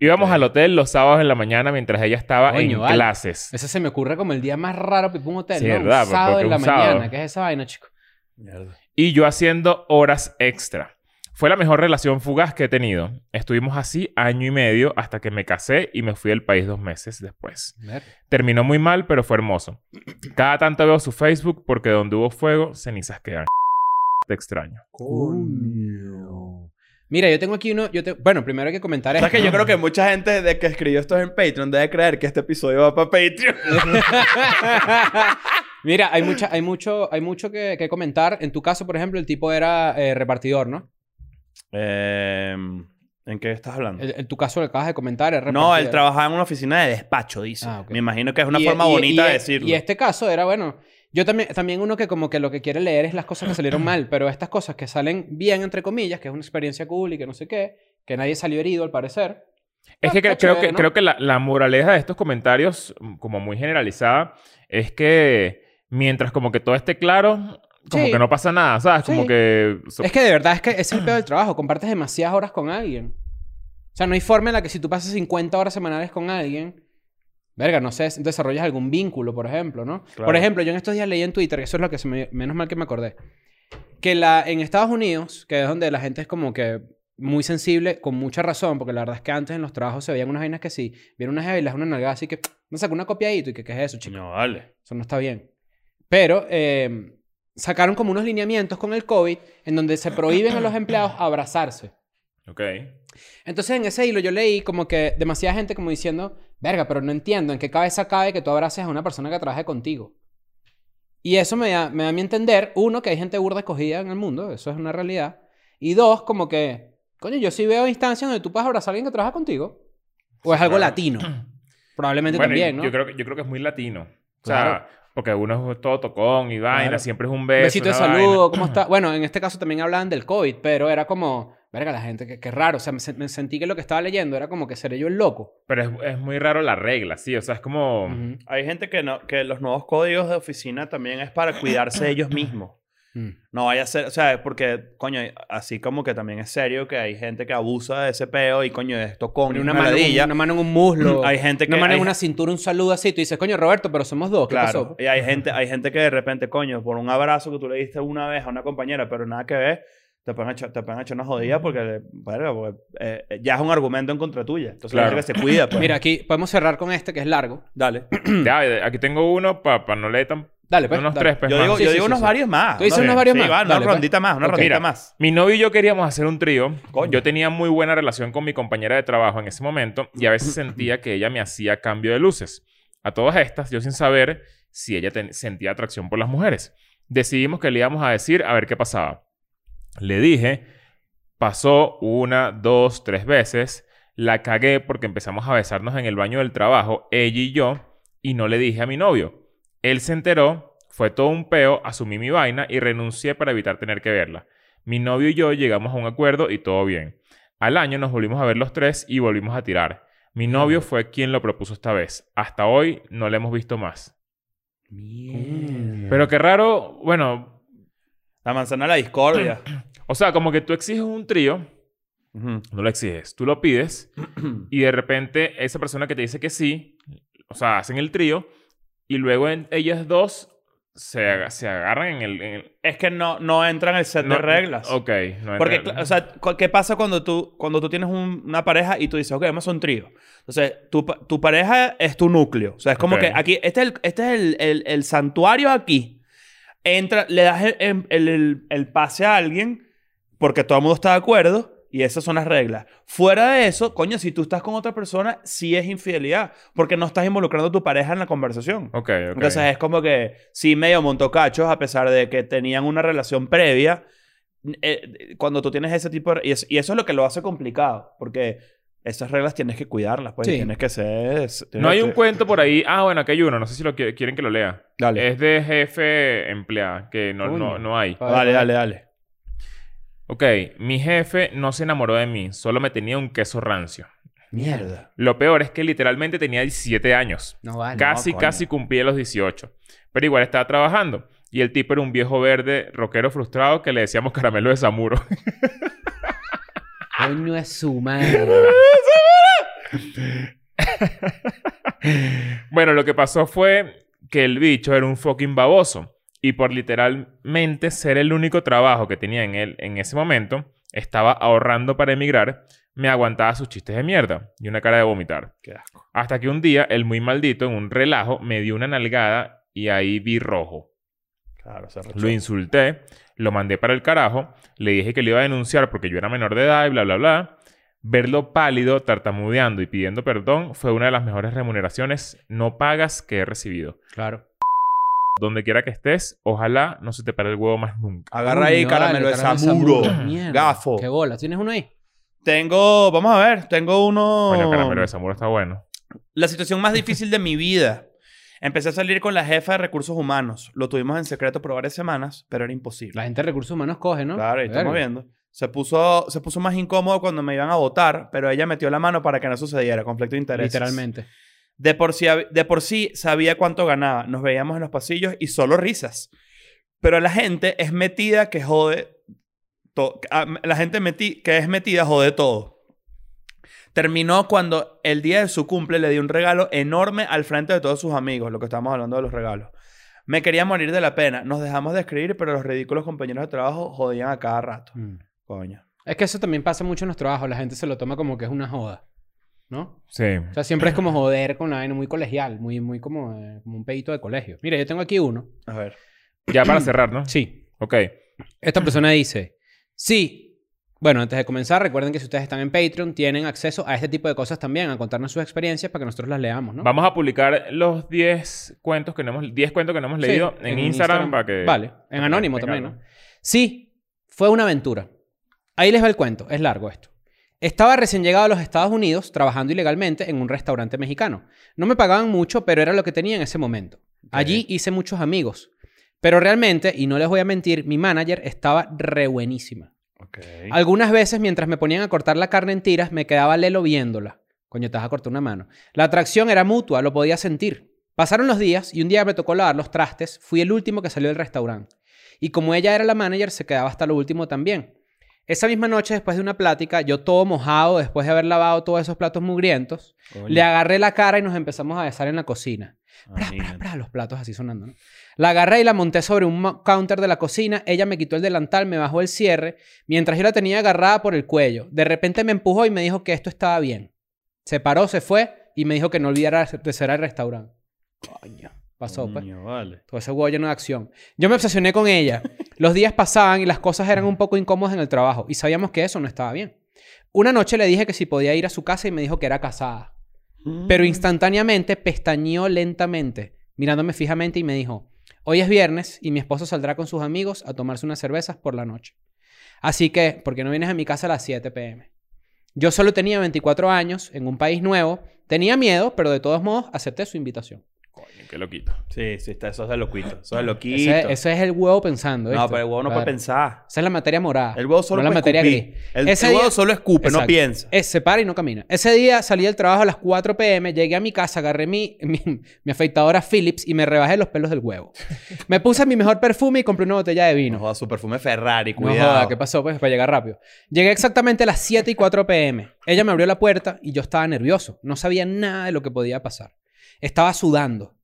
S3: Íbamos al hotel los sábados en la mañana mientras ella estaba
S5: Coño,
S3: en
S5: vale.
S3: clases.
S5: Ese se me ocurre como el día más raro que un hotel,
S3: Sí,
S5: ¿no?
S3: verdad,
S5: un sábado
S3: porque
S5: en la
S3: un sábado.
S5: mañana. ¿Qué es esa vaina, chico?
S3: Y yo haciendo horas extra. Fue la mejor relación fugaz que he tenido. Estuvimos así año y medio hasta que me casé y me fui del país dos meses después.
S5: Ver.
S3: Terminó muy mal, pero fue hermoso. Cada tanto veo su Facebook porque donde hubo fuego, cenizas quedan. Te extraño.
S5: Mira, yo tengo aquí uno... Yo te- Bueno, primero hay que comentar esto.
S4: ¿Sabes que yo creo que mucha gente de que escribió esto en Patreon debe creer que este episodio va para Patreon?
S5: Mira, hay, mucha, hay mucho, hay mucho que, que comentar. En tu caso, por ejemplo, el tipo era eh, repartidor, ¿no?
S4: Em, ¿En qué estás hablando?
S5: El- En tu caso, lo acabas de comentar. era
S4: no, él
S5: repartidor.
S4: trabajaba en una oficina de despacho, dice.
S5: Ah, ok.
S4: Me imagino que es una
S5: Y-
S4: forma
S5: y-
S4: bonita
S5: y-
S4: de decirlo.
S5: Y este caso era, bueno, yo también, también uno que como que lo que quiere leer es las cosas que salieron mal, pero estas cosas que salen bien, entre comillas, que es una experiencia cool y que no sé qué, que nadie salió herido al parecer.
S3: Es que,
S5: Está
S3: cre- creo,
S5: chévere,
S3: que,
S5: ¿no?
S3: creo que la, la moraleja de estos comentarios, mm, como muy generalizada, es que mientras como que todo esté claro, como
S5: Sí.
S3: que no pasa nada, ¿sabes? Como
S5: Sí.
S3: que... so-
S5: Es que de verdad es que es el peor del trabajo, compartes demasiadas horas con alguien. O sea, no hay forma en la que si tú pasas 50 horas semanales con alguien, verga, no sé, desarrollas algún vínculo, por ejemplo, ¿no?
S4: Claro.
S5: Por ejemplo, yo en estos días leí en Twitter, eso es lo que se me, menos mal que me acordé, que la, en Estados Unidos, que es donde la gente es como que muy sensible, con mucha razón, porque la verdad es que antes en los trabajos se veían unas vainas que sí, vieron unas jeva y le das una nalgada así que, me sacó una copia ahí, y tú, ¿qué, qué es eso, chico?
S4: No, vale.
S5: Eso no está bien. Pero eh, sacaron como unos lineamientos con el COVID en donde se prohíben a los empleados abrazarse.
S3: Ok.
S5: Entonces en ese hilo yo leí como que demasiada gente como diciendo, verga, pero no entiendo en qué cabeza cabe que tú abraces a una persona que trabaje contigo. Y eso me da, me da a mí entender, uno, que hay gente burda escogida en el mundo, eso es una realidad. Y dos, como que, coño, yo sí veo instancias donde tú puedes abrazar a alguien que trabaja contigo. O es algo
S3: Claro.
S5: latino. Probablemente
S3: Bueno, y
S5: también, ¿no?
S3: yo, creo que, yo creo que es muy latino. O sea,
S5: Claro.
S3: porque uno es todo tocón y vaina,
S5: Claro.
S3: siempre es un
S5: Un
S3: beso.
S5: besito de
S3: una
S5: saludo,
S3: vaina.
S5: ¿cómo está? Bueno, en este caso también hablaban del COVID, pero era como, verga, la gente, qué, qué raro. O sea, me, sen- me sentí que lo que estaba leyendo era como que seré yo el loco.
S3: Pero es, es muy raro la regla, sí. O sea, es como...
S5: Ujú.
S4: Hay gente que, no, que los nuevos códigos de oficina también es para cuidarse ellos mismos.
S5: Mm.
S4: No vaya a ser, o sea, porque, coño, así como que también es serio que hay gente que abusa de ese peo y, coño, esto con
S5: Poner
S4: una
S5: Una, mano en un-
S4: maladilla.
S5: una mano en un muslo.
S4: Hay gente que.
S5: una mano
S4: hay-
S5: en una cintura, un saludo así. Tú dices, coño, Roberto, pero somos dos. ¿Qué
S4: Claro.
S5: pasó?
S4: Y hay gente, hay gente que de repente, coño, por un abrazo que tú le diste una vez a una compañera, pero nada que ver, te pueden echar, te pueden echar una jodida porque, le- verga, porque, eh, ya es un argumento en contra tuya. Entonces, la
S3: Claro.
S4: gente que se cuida, pues.
S5: Mira, aquí podemos cerrar con este que es largo.
S4: dale.
S3: Ya, aquí tengo uno para no leer tan...
S5: Dale, pues.
S3: unos
S5: dale.
S3: tres, pues,
S4: Yo
S3: más.
S4: digo,
S5: Sí,
S4: yo
S5: sí,
S4: digo
S5: sí,
S4: unos
S5: sí.
S4: varios más.
S5: Tú dices
S4: ¿no?
S5: unos varios
S4: Sí,
S5: más.
S4: va, una
S5: Dale, pues.
S4: rondita más, una
S5: Ok.
S4: rondita
S3: Mira.
S4: más.
S3: Mi novio y yo queríamos hacer un trío.
S4: Coño.
S3: Yo tenía muy buena relación con mi compañera de trabajo en ese momento y a veces sentía que ella me hacía cambio de luces. A todas estas, yo sin saber si ella ten- sentía atracción por las mujeres. Decidimos que le íbamos a decir a ver qué pasaba. Le dije, pasó una, dos, tres veces. La cagué porque empezamos a besarnos en el baño del trabajo, ella y yo, y no le dije a mi novio. Él se enteró, fue todo un peo, asumí mi vaina y renuncié para evitar tener que verla. Mi novio y yo llegamos a un acuerdo y todo bien. Al año nos volvimos a ver los tres y volvimos a tirar. Mi novio fue quien lo propuso esta vez. Hasta hoy no le hemos visto más.
S5: Mierda.
S3: Pero qué raro, bueno,
S4: La manzana de la discordia.
S3: o sea, como que tú exiges un trío,
S4: Ujú.
S3: no lo exiges, tú lo pides y de repente esa persona que te dice que sí, o sea, hacen el trío y luego en- ellas dos se, aga- se agarran en el... en el-
S4: Es que no, no entra en el set
S3: no-
S4: de reglas.
S3: Ok, no hay
S4: Porque,
S3: reglas.
S4: cla- o sea, cu- ¿qué pasa cuando tú, cuando tú tienes un- una pareja y tú dices, ok, vamos a un trío? Entonces, tu, pa- tu pareja es tu núcleo. O sea, es como
S3: Ok.
S4: que aquí, este es el, este es el, el- el santuario aquí. Entra, le das el, em, el- el- el pase a alguien porque todo el mundo está de acuerdo y esas son las reglas. Fuera de eso, coño, si tú estás con otra persona, sí es infidelidad porque no estás involucrando a tu pareja en la conversación.
S3: Ok, ok.
S4: Entonces es como que sí medio montocachos, a pesar de que tenían una relación previa. eh, cuando tú tienes ese tipo de... Y, es- y eso es lo que lo hace complicado, porque esas reglas tienes que cuidarlas, pues. y
S5: Sí.
S4: Tienes que ser...
S3: No hay un
S4: tienes-
S3: cuento por ahí. Ah, bueno, aquí hay uno. No sé si lo qui- quieren que lo lea.
S4: Dale.
S3: Es de jefe empleada, que no,
S5: Coño.
S3: no, no hay.
S5: Pa-
S4: dale, dale, dale.
S3: Ok, mi jefe no se enamoró de mí, solo me tenía un queso rancio.
S4: Mierda.
S3: Lo peor es que literalmente tenía 17 años.
S5: Ah, No vale.
S3: casi,
S4: coño.
S3: casi cumplía los 18. Pero igual estaba trabajando. Y el tipo era un viejo verde, rockero frustrado, que le decíamos caramelo de Samuro.
S5: Coño es su madre.
S3: bueno, lo que pasó fue que el bicho era un fucking baboso. Y por literalmente ser el único trabajo que tenía en él en ese momento, estaba ahorrando para emigrar, me aguantaba sus chistes de mierda y una cara de vomitar.
S4: Qué asco.
S3: Hasta que un día, el muy maldito, en un relajo, me dio una nalgada y ahí vi rojo.
S4: Claro, se
S3: Lo insulté, lo mandé para el carajo, le dije que le iba a denunciar porque yo era menor de edad y bla, bla, bla. Verlo pálido, tartamudeando y pidiendo perdón fue una de las mejores remuneraciones no pagas que he recibido.
S5: claro.
S3: Donde quiera que estés, ojalá no se te pare el huevo más nunca.
S4: Agarra
S5: Coño,
S4: ahí
S5: vale,
S4: caramelo de
S5: caramelo
S4: Samuro.
S5: Mierda.
S4: Gafo.
S5: Qué bola. ¿Tienes uno ahí?
S4: Tengo... Vamos a ver. Tengo uno...
S3: Bueno, caramelo de Zamora está bueno.
S4: La situación más difícil de mi vida. Empecé a salir con la jefa de recursos humanos. Lo tuvimos en secreto por varias semanas, pero era imposible.
S5: La gente de recursos humanos coge, ¿no?
S4: Claro, y estamos
S5: Verga.
S4: viendo. Se puso, se puso más incómodo cuando me iban a votar, pero ella metió la mano para que no sucediera. Conflicto de intereses.
S5: Literalmente.
S4: De por, sí, hab- de por sí sabía cuánto ganaba. Nos veíamos en los pasillos y solo risas. Pero la gente es metida que jode. to- a- La gente meti- que es metida jode todo. Terminó cuando el día de su cumple le di un regalo enorme al frente de todos sus amigos, lo que estamos hablando de los regalos. Me quería morir de la pena. Nos dejamos de escribir, pero los ridículos compañeros de trabajo jodían a cada rato.
S5: Mm.
S4: Coño.
S5: Es que eso también pasa mucho en los trabajos. La gente se lo toma como que es una joda. ¿No?
S3: Sí.
S5: O sea, siempre es como joder con la vaina muy colegial, muy, muy como, eh, como un pedito de colegio. Mira, yo tengo aquí uno.
S4: A ver.
S3: Ya para cerrar, ¿no?
S5: Sí.
S3: Ok.
S5: Esta persona dice, sí. Bueno, antes de comenzar, recuerden que si ustedes están en Patreon, tienen acceso a este tipo de cosas también, a contarnos sus experiencias para que nosotros las leamos, ¿no?
S3: Vamos a publicar los 10 cuentos que no hemos, 10 cuentos que no hemos
S5: Sí,
S3: leído en, Instagram, para que...
S5: Vale, en
S3: para
S5: anónimo
S3: que
S5: también,
S3: tengan-
S5: ¿no? Sí, fue una aventura. Ahí les va el cuento, es largo esto. Estaba recién llegado a los Estados Unidos trabajando ilegalmente en un restaurante mexicano. No me pagaban mucho, pero era lo que tenía en ese momento. Allí hice muchos amigos. Pero realmente, y no les voy a mentir, mi manager estaba re buenísima. Algunas veces, mientras me ponían a cortar la carne en tiras, me quedaba lelo viéndola. Coño, te vas a cortar una mano. La atracción era mutua, lo podía sentir. Pasaron los días y un día me tocó lavar los trastes. Fui el último que salió del restaurante. Y como ella era la manager, se quedaba hasta lo último también. Esa misma noche, después de una plática, yo todo mojado, después de haber lavado todos esos platos mugrientos, le agarré la cara y nos empezamos a besar en la cocina. Pra, pra, pra, los platos así sonando, ¿no? La agarré y la monté sobre un mo- counter de la cocina. Ella me quitó el delantal, me bajó el cierre, mientras yo la tenía agarrada por el cuello. De repente me empujó y me dijo que esto estaba bien. Se paró, se fue y me dijo que no olvidara de cerrar el restaurante. Coño. Pasó,
S4: Mm.
S5: pues.
S4: vale.
S5: Todo ese huevo lleno de acción. Yo me obsesioné con ella. Los días pasaban y las cosas eran un poco incómodas en el trabajo y sabíamos que eso no estaba bien. Una noche le dije que si podía ir a su casa y me dijo que era casada. Pero
S4: Mm.
S5: instantáneamente pestañeó lentamente, mirándome fijamente y me dijo, hoy es viernes y mi esposo saldrá con sus amigos a tomarse unas cervezas por la noche. Así que, ¿por qué no vienes a mi casa a las 7 pm? Yo solo tenía 24 años, en un país nuevo, tenía miedo, pero de todos modos acepté su invitación.
S3: Coño, qué loquito.
S4: Sí, sí, está, eso es de loquito. Eso es de loquito.
S5: Ese, ese es el huevo pensando.
S4: no,
S5: ¿viste?
S4: pero el huevo no
S5: Claro.
S4: puede pensar.
S5: Esa es la materia morada.
S4: El huevo solo
S5: no la
S4: puede
S5: materia
S4: escupir.
S5: gris.
S4: El,
S5: Ese
S4: el huevo
S5: día-
S4: solo escupe, no
S5: Exacto. Eh,
S4: piensa.
S5: Es, se para y no camina. Ese día salí del trabajo a las 4 pm, llegué a mi casa, agarré mi, mi, mi afeitadora Philips y me rebajé los pelos del huevo. Me puse mi mejor perfume y compré una botella de
S4: No
S5: vino.
S4: joda, su perfume Ferrari,
S5: No
S4: cuidado.
S5: joda, ¿qué pasó? Pues para llegar rápido. Llegué exactamente a las 7 y 4 pm. Ella me abrió la puerta y yo estaba nervioso. No sabía nada de lo que podía pasar. Estaba sudando.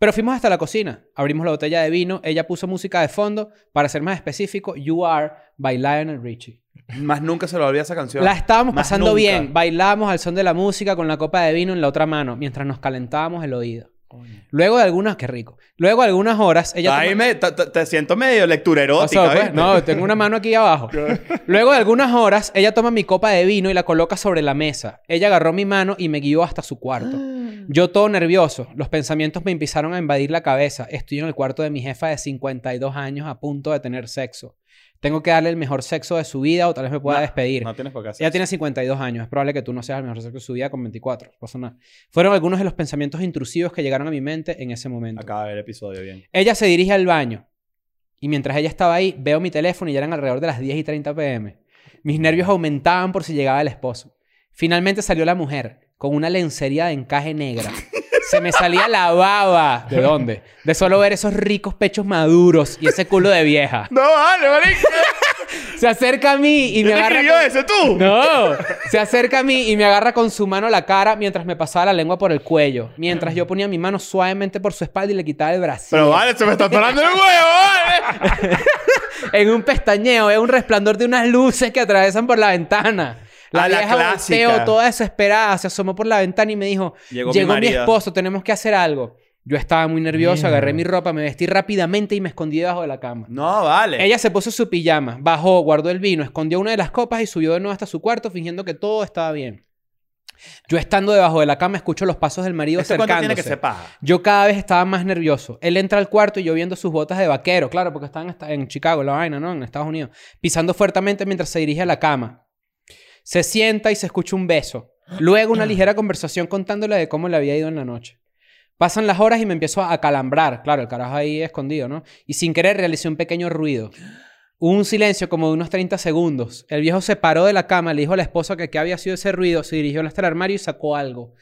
S5: Pero fuimos hasta la cocina. Abrimos la botella de vino. Ella puso música de fondo. Para ser más específico, You Are by Lionel Richie.
S4: Más nunca se lo olvida esa canción.
S5: La estábamos
S4: Más
S5: pasando
S4: nunca.
S5: bien. Bailamos al son de la música con la copa de vino en la otra mano mientras nos calentábamos el oído.
S4: Coño.
S5: Luego de algunas, qué rico. Luego de algunas horas, ella.
S4: Ay,
S5: tomó-
S4: me- te- te te siento medio lectura
S5: O sea,
S4: erótica.
S5: pues,
S4: ¿viste?
S5: no, tengo una mano aquí abajo. Luego de algunas horas, ella toma mi copa de vino y la coloca sobre la mesa. Ella agarró mi mano y me guió hasta su cuarto. Yo todo nervioso, los pensamientos me empezaron a invadir la cabeza. Estoy en el cuarto de mi jefa de 52 años a punto de tener sexo. Tengo que darle el mejor sexo de su vida o tal vez me pueda
S4: No,
S5: despedir.
S4: No tienes por qué hacer.
S5: Ella tiene 52 años. Es probable que tú no seas el mejor sexo de su vida con 24. No pasa nada. Fueron algunos de los pensamientos intrusivos que llegaron a mi mente en ese momento.
S4: Acaba de ver el episodio bien.
S5: Ella se dirige al baño. Y mientras ella estaba ahí, veo mi teléfono y ya eran alrededor de las 10 y 30 pm. Mis nervios aumentaban por si llegaba el esposo. Finalmente salió la mujer, con una lencería de encaje negra. Se me salía la baba. ¿De dónde? De solo ver esos ricos pechos maduros y ese culo de vieja.
S4: No, vale, vale.
S5: Se acerca a mí y me agarra...
S4: escribió
S5: con-
S4: eso tú?
S5: no, se acerca a mí y me agarra con su mano la cara mientras me pasaba la lengua por el cuello, mientras yo ponía mi mano suavemente por su espalda y le quitaba el brazo.
S4: Pero vale, se me está parando el huevo, vale.
S5: En un pestañeo, es un resplandor de unas luces que atraviesan por la ventana. La
S4: Ah, la
S5: vieja
S4: clásica.
S5: volteó, toda desesperada, se asomó por la ventana y me dijo,
S4: Llegó
S5: llegó,
S4: mi
S5: mi,
S4: marido".
S5: esposo, tenemos que hacer algo. Yo estaba muy nervioso, agarré mi ropa, me vestí rápidamente y me escondí debajo de la cama.
S4: No, vale.
S5: Ella se puso su pijama, bajó, guardó el vino, escondió una de las copas y subió de nuevo hasta su cuarto fingiendo que todo estaba bien. Yo estando debajo de la cama escucho los pasos del marido
S4: ¿Esto cuánto Este tiene que
S5: acercándose.
S4: ser paja?
S5: Yo cada vez estaba más nervioso. Él entra al cuarto y yo viendo sus botas de vaquero, claro, porque estaban hasta- en Chicago, la vaina, ¿no? En Estados Unidos. Pisando fuertemente mientras se dirige a la cama. Se sienta y se escucha un beso. Luego una ligera conversación contándole de cómo le había ido en la noche. Pasan las horas y me empiezo a calambrar. Claro, el carajo ahí escondido, ¿no? Y sin querer realicé un pequeño ruido. Hubo un silencio como de unos 30 segundos. El viejo se paró de la cama, le dijo a la esposa que qué había sido ese ruido, se dirigió hasta el armario y sacó algo.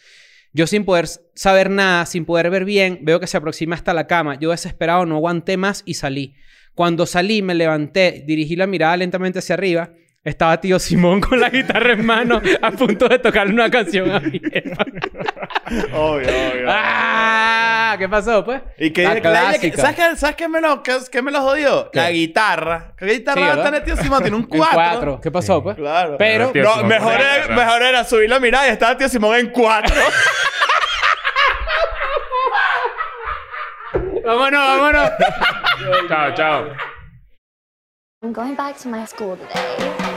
S5: Yo sin poder s- saber nada, sin poder ver bien, veo que se aproxima hasta la cama. Yo desesperado no aguanté más y salí. Cuando salí me levanté, dirigí la mirada lentamente hacia arriba. Estaba tío Simón con la guitarra en mano a punto de tocar una canción a mi jefa.
S4: Obvio, obvio.
S5: ¡Ah! ¿Qué pasó, pues?
S4: ¿Y qué
S5: La
S4: la- la-
S5: clásica.
S4: ¿Sabes, qué, ¿Sabes qué me lo, qué, qué me lo jodió?
S5: ¿Qué?
S4: La guitarra. ¿Qué guitarra
S5: Sí,
S4: va a
S5: ¿verdad?
S4: tener tío Simón? Tiene un
S5: En
S4: 4.
S5: cuatro. ¿Qué pasó, pues?
S4: Claro.
S5: Pero-
S3: Tío
S4: No,
S3: Simón,
S4: mejor,
S3: con la
S4: era,
S3: guitarra.
S4: mejor era subir la mirada y estaba tío Simón en 4.
S5: Vámonos, vámonos.
S3: Chao, chao.
S2: I'm going back to my school today.